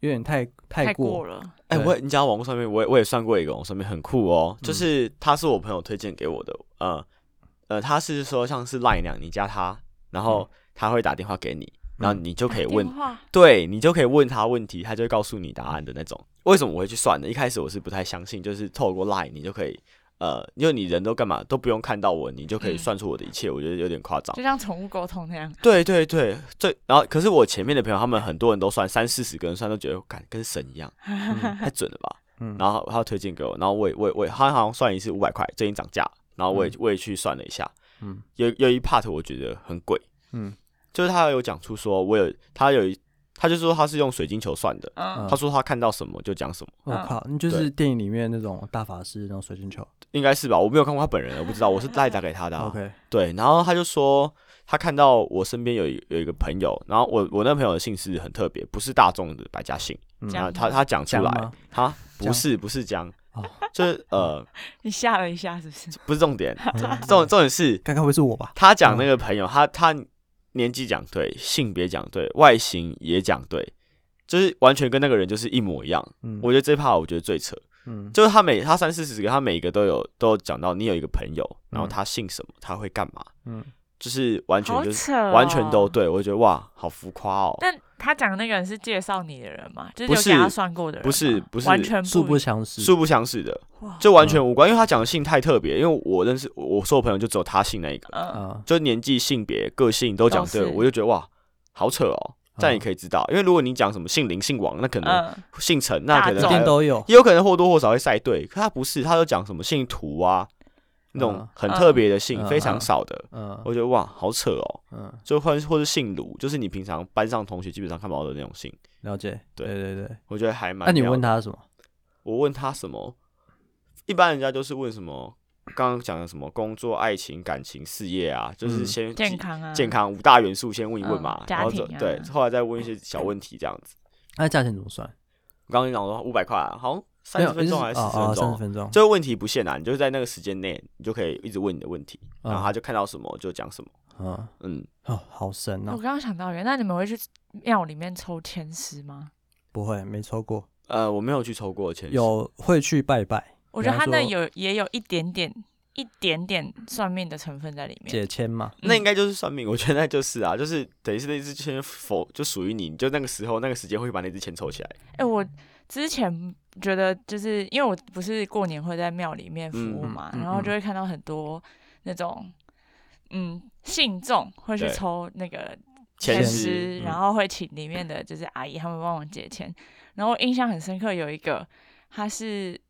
Speaker 2: 有点太太
Speaker 3: 太
Speaker 2: 过
Speaker 3: 过了。
Speaker 1: 哎、
Speaker 2: 对嗯
Speaker 1: 我也你讲到网络上面，我也我也算过一个网络上面很酷哦，就是他是我朋友推荐给我的，呃呃，他是说像是赖娘，你加他，然后
Speaker 2: 嗯
Speaker 1: 他会打电话给你，然后你就可以
Speaker 3: 打
Speaker 1: 问
Speaker 3: 电，话
Speaker 1: 对你就可以问他问题，他就会告诉你答案的那种。为什么我会去算呢？一开始我是不太相信，就是透过 Line 你就可以，呃，因为你人都干嘛都不用看到我，你就可以
Speaker 3: 嗯
Speaker 1: 算出我的一切，我觉得有点夸张
Speaker 3: 就。像宠物沟通那样，
Speaker 1: 对对对，最然后可是我前面的朋友，他们很多人都算三四十个人算，都觉得感跟神一 样，太准了吧？
Speaker 2: 嗯
Speaker 1: 然后他推荐给我，然后我也我也我也他好像算一次五百块，最近涨价，然后我也、
Speaker 3: 嗯
Speaker 1: 我也去算了一下，
Speaker 2: 嗯
Speaker 1: 有有一 part 我觉得很贵，
Speaker 2: 嗯
Speaker 1: 就是他有讲出说我有他有一他就说他是用水晶球算的，
Speaker 3: 嗯
Speaker 2: 嗯
Speaker 1: 他说他看到什么就讲什么，
Speaker 2: 我
Speaker 3: 嗯
Speaker 2: 靠，你就是电影里面那种大法师那种水晶球。
Speaker 1: 应该是吧？我没有看过他本人，我不知道，我是赖打给他的、啊。
Speaker 2: OK，
Speaker 1: 对，然后他就说他看到我身边有一有一个朋友，然后我我那朋友的姓氏很特别，不是大众的百家姓，
Speaker 2: 嗯
Speaker 1: 然
Speaker 3: 江
Speaker 1: 后啊他他讲出
Speaker 2: 江
Speaker 1: 来
Speaker 2: 吗，
Speaker 1: 他不
Speaker 2: 江
Speaker 1: 是不是江
Speaker 2: 哦，
Speaker 1: 就是呃
Speaker 3: 你吓了一下，是不是？
Speaker 1: 不是重 点，重重点是
Speaker 2: 该该嗯不会是我吧？
Speaker 1: 他讲那个朋友，
Speaker 2: 嗯
Speaker 1: 他他年纪讲对，性别讲对，外形也讲对，就是完全跟那个人就是一模一样。
Speaker 2: 嗯，
Speaker 1: 我觉得这一 part 我觉得最扯，
Speaker 2: 嗯
Speaker 1: 就是他每他三四十个，他每一个都有都有讲到你有一个朋友，然后
Speaker 2: 嗯
Speaker 1: 他姓什么，他会干嘛，
Speaker 2: 嗯
Speaker 1: 就是完全
Speaker 3: 好
Speaker 1: 就是
Speaker 3: 扯、哦，
Speaker 1: 完全都。对，我觉得哇，好浮夸哦。
Speaker 3: 但他讲的那个人是介绍你的人吗？就是
Speaker 1: 不
Speaker 3: 有给他
Speaker 1: 是
Speaker 3: 算过的人吗，
Speaker 1: 不是不是
Speaker 3: 完全
Speaker 2: 素
Speaker 3: 不
Speaker 2: 不
Speaker 3: 一
Speaker 2: 相识，
Speaker 1: 素不相识的，
Speaker 3: 哇，
Speaker 1: 就完全无关，因为他讲的姓太特别，因为我认识我所有朋友就只有他姓那一个，
Speaker 3: 嗯、
Speaker 2: 啊，
Speaker 1: 就年纪、性别、个性都讲对，
Speaker 3: 都哦是
Speaker 1: 我就觉得哇，好扯哦。这样也
Speaker 2: 嗯
Speaker 1: 可以知道，因为如果你讲什么姓林、姓王，那可能
Speaker 3: 嗯，
Speaker 1: 姓陈，那可
Speaker 3: 大
Speaker 1: 能
Speaker 2: 一
Speaker 3: 众
Speaker 1: 还
Speaker 2: 定
Speaker 1: 有
Speaker 2: 都有。
Speaker 1: 也有可能或多或少会晒对，可他不是，他都讲什么姓涂啊，那种
Speaker 2: 嗯
Speaker 1: 很特别的姓，
Speaker 2: 嗯
Speaker 1: 非常少的。
Speaker 2: 嗯
Speaker 1: 我觉得哇，好扯哦，
Speaker 2: 嗯，
Speaker 1: 就或或是姓卢，就是你平常班上同学基本上看不到的那种姓，
Speaker 2: 了解。
Speaker 1: 对
Speaker 2: 对对对，
Speaker 1: 我觉得还蛮妙
Speaker 2: 那
Speaker 1: 的。
Speaker 2: 你问他什么？
Speaker 1: 我问他什么？一般人家都是问什么，刚刚讲的什么工作、爱情、感情、事业啊，就是
Speaker 2: 嗯
Speaker 1: 先
Speaker 3: 健、康啊，
Speaker 1: 健康五大元素先问一问嘛，
Speaker 3: 嗯
Speaker 1: 然后
Speaker 3: 家
Speaker 1: 就
Speaker 3: 庭啊
Speaker 1: 对，后来再问一些小问题这样子。
Speaker 2: 那价钱怎么算？
Speaker 1: 我刚刚讲说五百块啊，好像
Speaker 2: 没
Speaker 1: 三
Speaker 2: 有哦
Speaker 1: 十分钟还是四十分钟
Speaker 2: 三十
Speaker 1: 啊？
Speaker 2: 分钟？
Speaker 1: 这个问题不限啊，你就是在那个时间内，你就可以一直问你的问题，
Speaker 2: 嗯
Speaker 1: 然后他就看到什么就讲什么。
Speaker 2: 嗯，
Speaker 1: 嗯，
Speaker 2: 哦，好神
Speaker 3: 我
Speaker 2: 哦！
Speaker 3: 刚刚想到一个，那你们会去庙里面抽签师吗？
Speaker 2: 不会，没抽过，
Speaker 1: 呃，我没有去抽过签，
Speaker 2: 有会去拜拜
Speaker 3: 我觉得
Speaker 2: 比
Speaker 3: 他
Speaker 2: 方
Speaker 3: 那
Speaker 2: 说
Speaker 3: 有也有一点点一点点算命的成分在里面。
Speaker 2: 解签嘛？
Speaker 1: 那
Speaker 3: 嗯
Speaker 1: 应该就是算命，我觉得那就是啊，就是等于是那支签否就属于你，你就那个时候那个时间会把那支签抽起来。
Speaker 3: 哎、我之前觉得就是因为我不是过年会在庙里面服务
Speaker 2: 嗯
Speaker 3: 嘛，
Speaker 2: 嗯嗯
Speaker 3: 然后就会看到很多那种嗯信众会去
Speaker 1: 对
Speaker 3: 抽那个
Speaker 1: 签
Speaker 2: 签
Speaker 1: 师
Speaker 3: 师，
Speaker 1: 嗯
Speaker 3: 然后会请里面的就是阿姨他们帮忙解签。然后我印象很深刻，有一个他是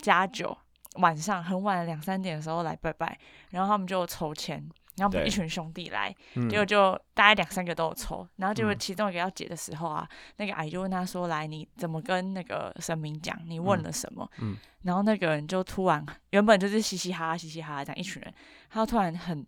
Speaker 3: 加九，晚上很晚两三点的时候来拜拜，然后他们就抽签，然后我们
Speaker 1: 对
Speaker 3: 一群兄弟来，
Speaker 2: 嗯
Speaker 3: 结果就大概两三个都有抽，然后结果
Speaker 2: 嗯
Speaker 3: 其中一个要解的时候啊，那个阿姨就问他说：“来，你怎么跟那个神明讲？你问了什么？”
Speaker 2: 嗯
Speaker 3: 然后那个人就突然，原本就是嘻嘻哈哈、嘻嘻哈哈这样一群人，他突然很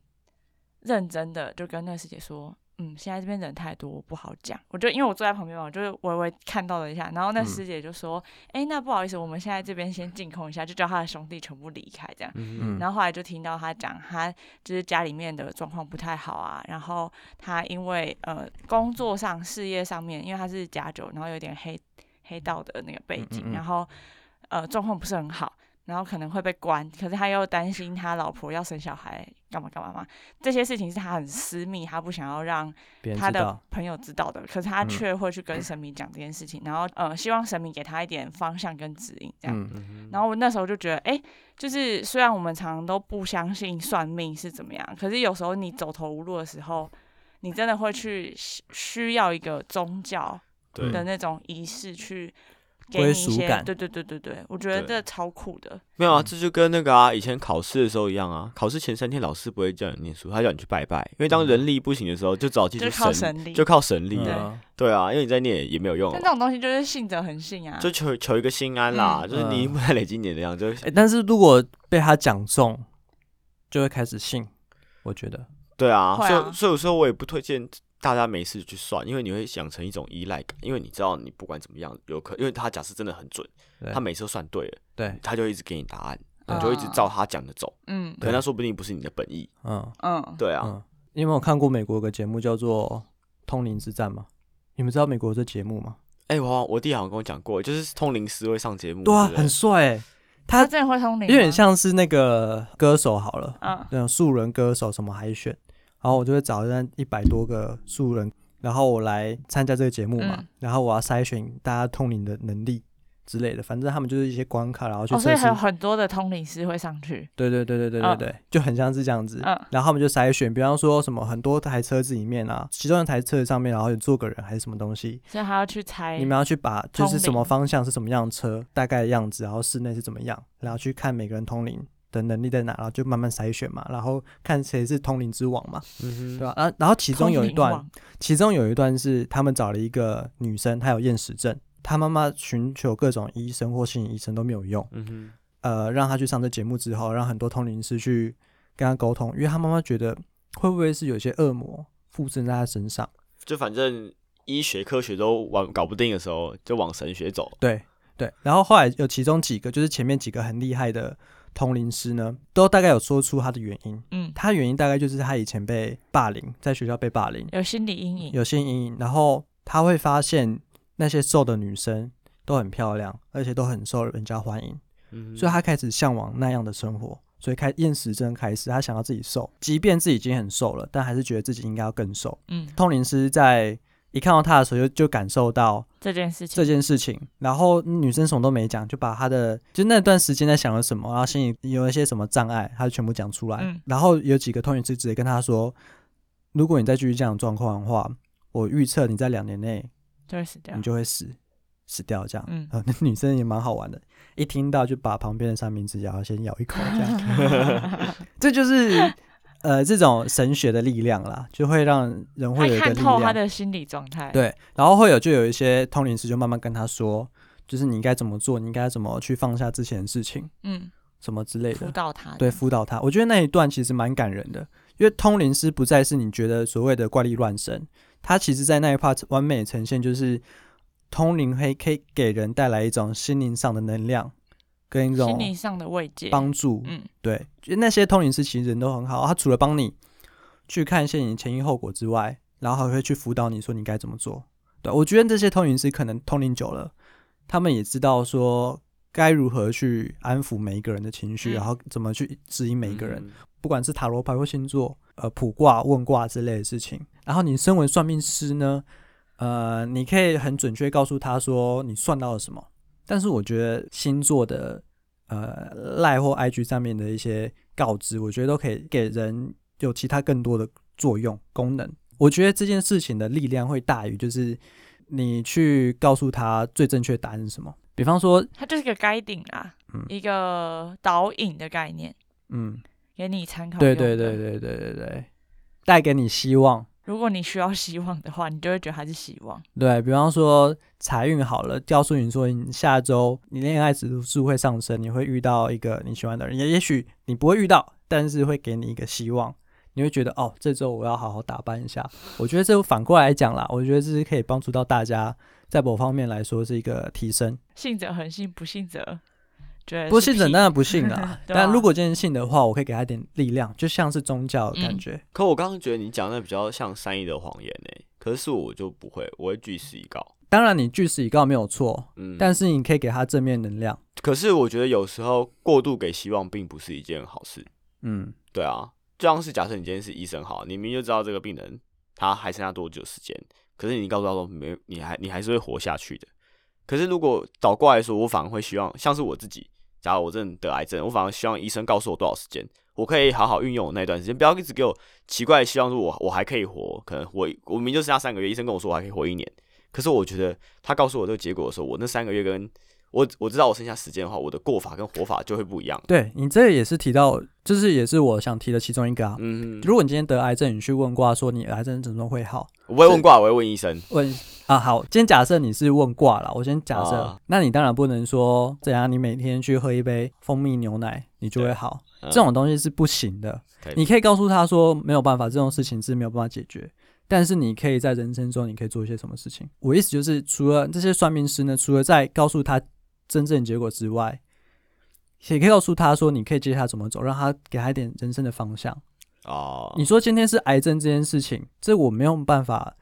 Speaker 3: 认真的就跟那个师姐说：“嗯，现在这边人太多，我不好讲。”我就因为我坐在旁边嘛，我就是微微看到了一下，然后那
Speaker 2: 嗯
Speaker 3: 师姐就说：“哎、那不好意思，我们现在这边先净空一下，就叫他的兄弟全部离开这样。”
Speaker 1: 嗯
Speaker 2: 嗯
Speaker 3: 然后后来就听到他讲，他就是家里面的状况不太好啊，然后他因为呃工作上、事业上面，因为他是假酒，然后有点黑黑道的那个背景，
Speaker 2: 嗯嗯嗯
Speaker 3: 然后呃状况不是很好，然后可能会被关，可是他又担心他老婆要生小孩，干嘛干嘛嘛，这些事情是他很私密，他不想要让
Speaker 2: 别人
Speaker 3: 他
Speaker 2: 知
Speaker 3: 的
Speaker 2: 道，
Speaker 3: 朋友知道的，可是他
Speaker 2: 嗯
Speaker 3: 却会去跟神明讲这件事情，然后呃希望神明给他一点方向跟指引，这样。
Speaker 2: 嗯
Speaker 1: 嗯
Speaker 3: 然后我那时候就觉得，哎、就是虽然我们常常都不相信算命是怎么样，可是有时候你走投无路的时候，你真的会去需需要一个宗教
Speaker 1: 对
Speaker 3: 的那种仪式去给你
Speaker 2: 嗯归
Speaker 3: 一
Speaker 2: 属
Speaker 3: 些，
Speaker 2: 感
Speaker 3: 对对对对对，我觉得
Speaker 1: 对
Speaker 3: 这超酷的。
Speaker 1: 没有啊，这就跟那个啊，以前考试的时候一样啊。考试前三天老师不会叫你念书，他叫你去拜拜，因为当人力不行的时候，就找技
Speaker 3: 嗯就
Speaker 1: 术
Speaker 3: 是靠
Speaker 1: 神，
Speaker 3: 神力
Speaker 1: 就靠神力
Speaker 2: 嗯
Speaker 3: 对
Speaker 1: 啊。
Speaker 2: 啊
Speaker 1: 对啊，因为你再念也没有用
Speaker 3: 但这
Speaker 1: 啊，
Speaker 3: 种东西就是信者恒信啊，
Speaker 1: 就求求一个心安啦。
Speaker 3: 嗯
Speaker 1: 就是你不能累积你的量，就是
Speaker 2: 哎，但是如果被他讲中，就会开始信。我觉得，
Speaker 1: 对啊。
Speaker 3: 会
Speaker 1: 所
Speaker 3: 啊
Speaker 1: 以所以有时候我也不推荐大家没事去算，因为你会养成一种依赖感，因为你知道你不管怎么样，有可因为他假设真的很准，
Speaker 2: 对
Speaker 1: 他每次都算对了，
Speaker 2: 对，
Speaker 1: 他就一直给你答案，
Speaker 3: 嗯
Speaker 1: 你就一直照他讲的走，
Speaker 3: 嗯
Speaker 1: 可能那说不定不是你的本意。
Speaker 2: 啊嗯
Speaker 3: 嗯，
Speaker 1: 对啊，
Speaker 2: 嗯，你有没有看过美国有个节目叫做《通灵之战》吗？你们知道美国有这节目吗？
Speaker 1: 哎，我好像我弟好像跟我讲过，就是通灵师会上节目，
Speaker 2: 对啊，
Speaker 1: 不
Speaker 2: 很帅哎，
Speaker 3: 他
Speaker 2: 他
Speaker 3: 真的会通灵，
Speaker 2: 有点，像是那个歌手好了，
Speaker 3: 嗯
Speaker 2: 那种素人歌手什么海选，然后我就会找那一百多个素人，然后我来参加这个节目嘛，
Speaker 3: 嗯
Speaker 2: 然后我要筛选大家通灵的能力之类的，反正他们就是一些关卡，然后去
Speaker 3: 哦，所以
Speaker 2: 测试。
Speaker 3: 还有很多的通灵师会上去，
Speaker 2: 对对对对对对对，就很像是这样子。
Speaker 3: 嗯
Speaker 2: 然后他们就筛选，比方说什么很多台车子里面啊，其中一台车子上面，然后有坐个人还是什么东西，
Speaker 3: 所以他要去猜
Speaker 2: 你，们要去把就
Speaker 3: 通
Speaker 2: 是什么
Speaker 3: 灵
Speaker 2: 方向是什么样的车，大概的样子，然后室内是怎么样，然后去看每个人通灵的能力在哪，然后就慢慢筛选嘛，然后看谁是通灵之王嘛，
Speaker 1: 嗯哼，
Speaker 2: 对吧、啊然后然后其中有
Speaker 3: 通
Speaker 2: 一
Speaker 3: 灵
Speaker 2: 段
Speaker 3: 王，
Speaker 2: 其中有一段是他们找了一个女生，她有厌食症，她妈妈寻求各种医生或心理医生都没有用，
Speaker 1: 嗯哼，
Speaker 2: 呃，让她去上这节目之后，让很多通灵师去跟她沟通，因为她妈妈觉得会不会是有些恶魔附身在她身上。
Speaker 1: 就反正医学科学都往搞不定的时候，就往神学走。
Speaker 2: 对对，然后后来有其中几个，就是前面几个很厉害的通灵师呢，都大概有说出他的原因。
Speaker 3: 嗯，
Speaker 2: 他原因大概就是他以前被霸凌，在学校被霸凌，
Speaker 3: 有心理阴影，
Speaker 2: 有性阴影，然后他会发现那些瘦的女生都很漂亮，而且都很受人家欢迎，
Speaker 1: 嗯哼
Speaker 2: 所以他开始向往那样的生活，所以开厌食症开始，他想要自己瘦，即便自己已经很瘦了，但还是觉得自己应该要更瘦。
Speaker 3: 嗯，
Speaker 2: 通灵师在一看到他的时候就就感受到
Speaker 3: 这件事情
Speaker 2: 这件事情，然后女生什么都没讲，就把她的就那段时间在想了什么，然后心里有一些什么障碍，她就全部讲出来。
Speaker 3: 嗯
Speaker 2: 然后有几个通灵师直接跟她说，如果你再继续这样的状况的话，我预测你在两年内
Speaker 3: 就会死掉
Speaker 2: 你。就会死死掉这样。
Speaker 3: 啊嗯
Speaker 2: 呃，那女生也蛮好玩的，一听到就把旁边的三明治咬，先咬一口这样。 这就是呃这种神学的力量啦，就会让人会有
Speaker 3: 还
Speaker 2: 一个
Speaker 3: 看
Speaker 2: 力
Speaker 3: 透
Speaker 2: 量
Speaker 3: 他。的心理状态。，
Speaker 2: 对，然后会有就有一些通灵师就慢慢跟他说，就是你应该怎么做，你应该怎么去放下之前的事情，
Speaker 3: 嗯，
Speaker 2: 什么之类
Speaker 3: 辅
Speaker 2: 的，
Speaker 3: 导他。
Speaker 2: 对，，辅导他。我觉得那一段其实蛮感人的，因为通灵师不再是你觉得所谓的怪力乱神，他其实在那一 part 完美呈现就是通灵黑可以给人带来一种心灵上的能量跟一
Speaker 3: 心理
Speaker 2: 种
Speaker 3: 上的慰藉。
Speaker 2: 帮助，
Speaker 3: 嗯，
Speaker 2: 对，就那些通灵师其实人都很好，他除了帮你去看一些你前因后果之外，然后还会去辅导你说你该怎么做。对，我觉得这些通灵师可能通灵久了，他们也知道说该如何去安抚每一个人的情绪，
Speaker 3: 嗯
Speaker 2: 然后怎么去指引每一个
Speaker 1: 嗯
Speaker 2: 人，不管是塔罗牌或星座、呃卜卦、问卦之类的事情。然后你身为算命师呢，呃，你可以很准确告诉他说你算到了什么。但是我觉得星座的呃赖或 IG 上面的一些告知，我觉得都可以给人有其他更多的作用功能。我觉得这件事情的力量会大于就是你去告诉他最正确答案是什么。比方说，
Speaker 3: 它就是个 guiding 啦，
Speaker 2: 嗯
Speaker 3: 一个导引的概念，
Speaker 2: 嗯，
Speaker 3: 给你参考。
Speaker 2: 对对对。对对对对，带给你希望。
Speaker 3: 如果你需要希望的话，你就会觉得它是希望。
Speaker 2: 对比方说财运好了，告诉你说你下周你恋爱指数会上升，你会遇到一个你喜欢的人，也也许你不会遇到，但是会给你一个希望，你会觉得哦，这周我要好好打扮一下。我觉得这反过来讲啦，我觉得这是可以帮助到大家，在某方面来说是一个提升。
Speaker 3: 信者恒信，不信者觉得
Speaker 2: 不信者
Speaker 3: 屁
Speaker 2: 当然不信啦
Speaker 3: ，对啊
Speaker 2: 但如果今天信的话，我可以给他一点力量，就像是宗教的感
Speaker 3: 嗯
Speaker 2: 觉。
Speaker 1: 可我刚刚觉得你讲的比较像善意的谎言呢、可是我就不会，我会据实以告。
Speaker 2: 当然你据实以告没有错，
Speaker 1: 嗯，
Speaker 2: 但是你可以给他正面能量。
Speaker 1: 可是我觉得有时候过度给希望并不是一件好事。
Speaker 2: 嗯，
Speaker 1: 对啊，就像是假设你今天是医生好，你明明就知道这个病人他还剩下多久时间，可是你告诉他说没，你还你还是会活下去的。可是如果倒过来说，我反而会希望，像是我自己，假如我真的得癌症，我反而希望医生告诉我多少时间，我可以好好运用我那段时间，不要一直给我奇怪的希望，说我我还可以活，可能活我明明就剩下三个月，医生跟我说我还可以活一年，可是我觉得他告诉我这个结果的时候，我那三个月跟我我知道我剩下时间的话，我的过法跟活法就会不一样。
Speaker 2: 对你这也是提到，就是也是我想提的其中一个啊。
Speaker 1: 嗯，
Speaker 2: 如果你今天得癌症，你去问卦说你癌症怎么会好？
Speaker 1: 我不会问卦，我会问医生。
Speaker 2: 问啊，好，今天假设你是问卦了，我先假设，
Speaker 1: 啊
Speaker 2: 那你当然不能说怎样，你每天去喝一杯蜂蜜牛奶你就会
Speaker 1: 对
Speaker 2: 好，
Speaker 1: 嗯
Speaker 2: 这种东西是不行的。
Speaker 1: 可以
Speaker 2: 你可以告诉他说没有办法，这种事情是没有办法解决。但是你可以在人生中，你可以做一些什么事情？我意思就是，除了这些算命师呢，除了在告诉他真正结果之外，也可以告诉他说，你可以接下来怎么走，让他给他一点人生的方向。
Speaker 1: 哦，
Speaker 2: 你说今天是癌症这件事情，这我没有办法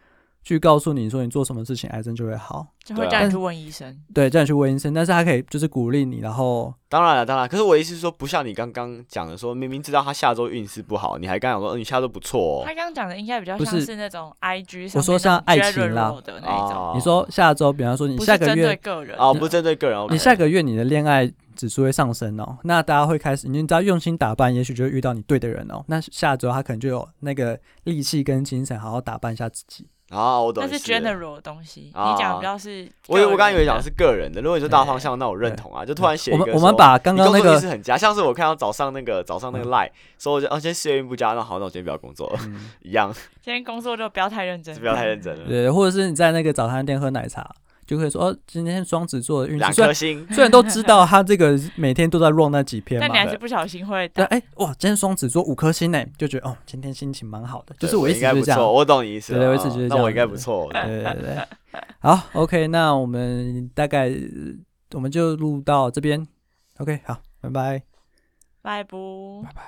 Speaker 2: 去告诉你说你做什么事情癌症就会好，
Speaker 3: 就会
Speaker 1: 对啊
Speaker 3: 叫你去问医生。
Speaker 2: 对，叫你去问医生，但是他可以就是鼓励你，然后
Speaker 1: 当然了，当然。可是我的意思是说，不像你刚刚讲的说，明明知道他下周运势不好，你还刚讲说，嗯，你下周不错
Speaker 3: 他刚刚讲的应该比较
Speaker 2: 哦不
Speaker 3: 像
Speaker 2: 是
Speaker 3: 是那种 IG 上
Speaker 2: 我说
Speaker 3: 面那种
Speaker 2: 像爱
Speaker 3: Jared
Speaker 2: 情啦
Speaker 3: Roll 的
Speaker 1: 哦。
Speaker 3: 那一种，
Speaker 1: 哦
Speaker 2: 你说下周，比方说你
Speaker 3: 不
Speaker 2: 下
Speaker 3: 是
Speaker 2: 个
Speaker 3: 针
Speaker 2: 月
Speaker 3: 对个人
Speaker 1: 哦，不针对个人，
Speaker 2: 你下个月你的恋爱指数会上升哦，那大家会开始，你只要用心打扮，也许就会遇到你对的人哦。那下周他可能就有那个力气跟精神，好好打扮一下自己。
Speaker 1: 啊，我懂
Speaker 3: 那
Speaker 1: 意
Speaker 3: 是
Speaker 1: 思了。
Speaker 3: general 的东西，
Speaker 1: 啊
Speaker 3: 你讲的比较是
Speaker 1: 我
Speaker 3: 个
Speaker 1: 以
Speaker 3: 人
Speaker 1: 我刚
Speaker 3: 的。
Speaker 1: 刚以为讲的是个人的，如果你说大
Speaker 3: 对
Speaker 1: 方向，那我认同啊。就突然写一
Speaker 2: 我
Speaker 1: 个
Speaker 2: 们
Speaker 1: 说，
Speaker 2: 我们把刚
Speaker 1: 你
Speaker 2: 刚
Speaker 1: 工
Speaker 2: 那
Speaker 1: 作运
Speaker 2: 个
Speaker 1: 势很佳，像是我看到早上那个早上那个
Speaker 2: 嗯
Speaker 1: lie，说我就啊，今天事业运不佳，那好，那我今天不要工作了，
Speaker 2: 嗯
Speaker 1: 一样，
Speaker 3: 今天工作就不要太认真，
Speaker 1: 不要太认真了。
Speaker 2: 对，或者是你在那个早餐店喝奶茶，就可以说哦，今天双子座的运
Speaker 1: 两
Speaker 2: 势，虽
Speaker 1: 颗
Speaker 2: 然
Speaker 1: 星，
Speaker 2: 虽然都知道他这个每天都在 run 那几篇
Speaker 3: 但你
Speaker 2: 嘛。
Speaker 3: 还是不小心会
Speaker 2: 对，哎、哇，今天双子座五颗星呢，就觉得哦，今天心情蛮好的，就是
Speaker 1: 对我
Speaker 2: 一
Speaker 1: 应
Speaker 2: 直
Speaker 1: 该
Speaker 2: 就是
Speaker 1: 不
Speaker 2: 这样。
Speaker 1: 错，我懂你意思了。
Speaker 2: 对对我一
Speaker 1: 啊
Speaker 2: 直觉得
Speaker 1: 那
Speaker 2: 这
Speaker 1: 我
Speaker 2: 样
Speaker 1: 应该
Speaker 2: 子
Speaker 1: 不错。
Speaker 2: 对对对，好，OK，那我们大概呃我们就录到这边，OK，好，拜拜。
Speaker 3: 拜不。
Speaker 2: 拜。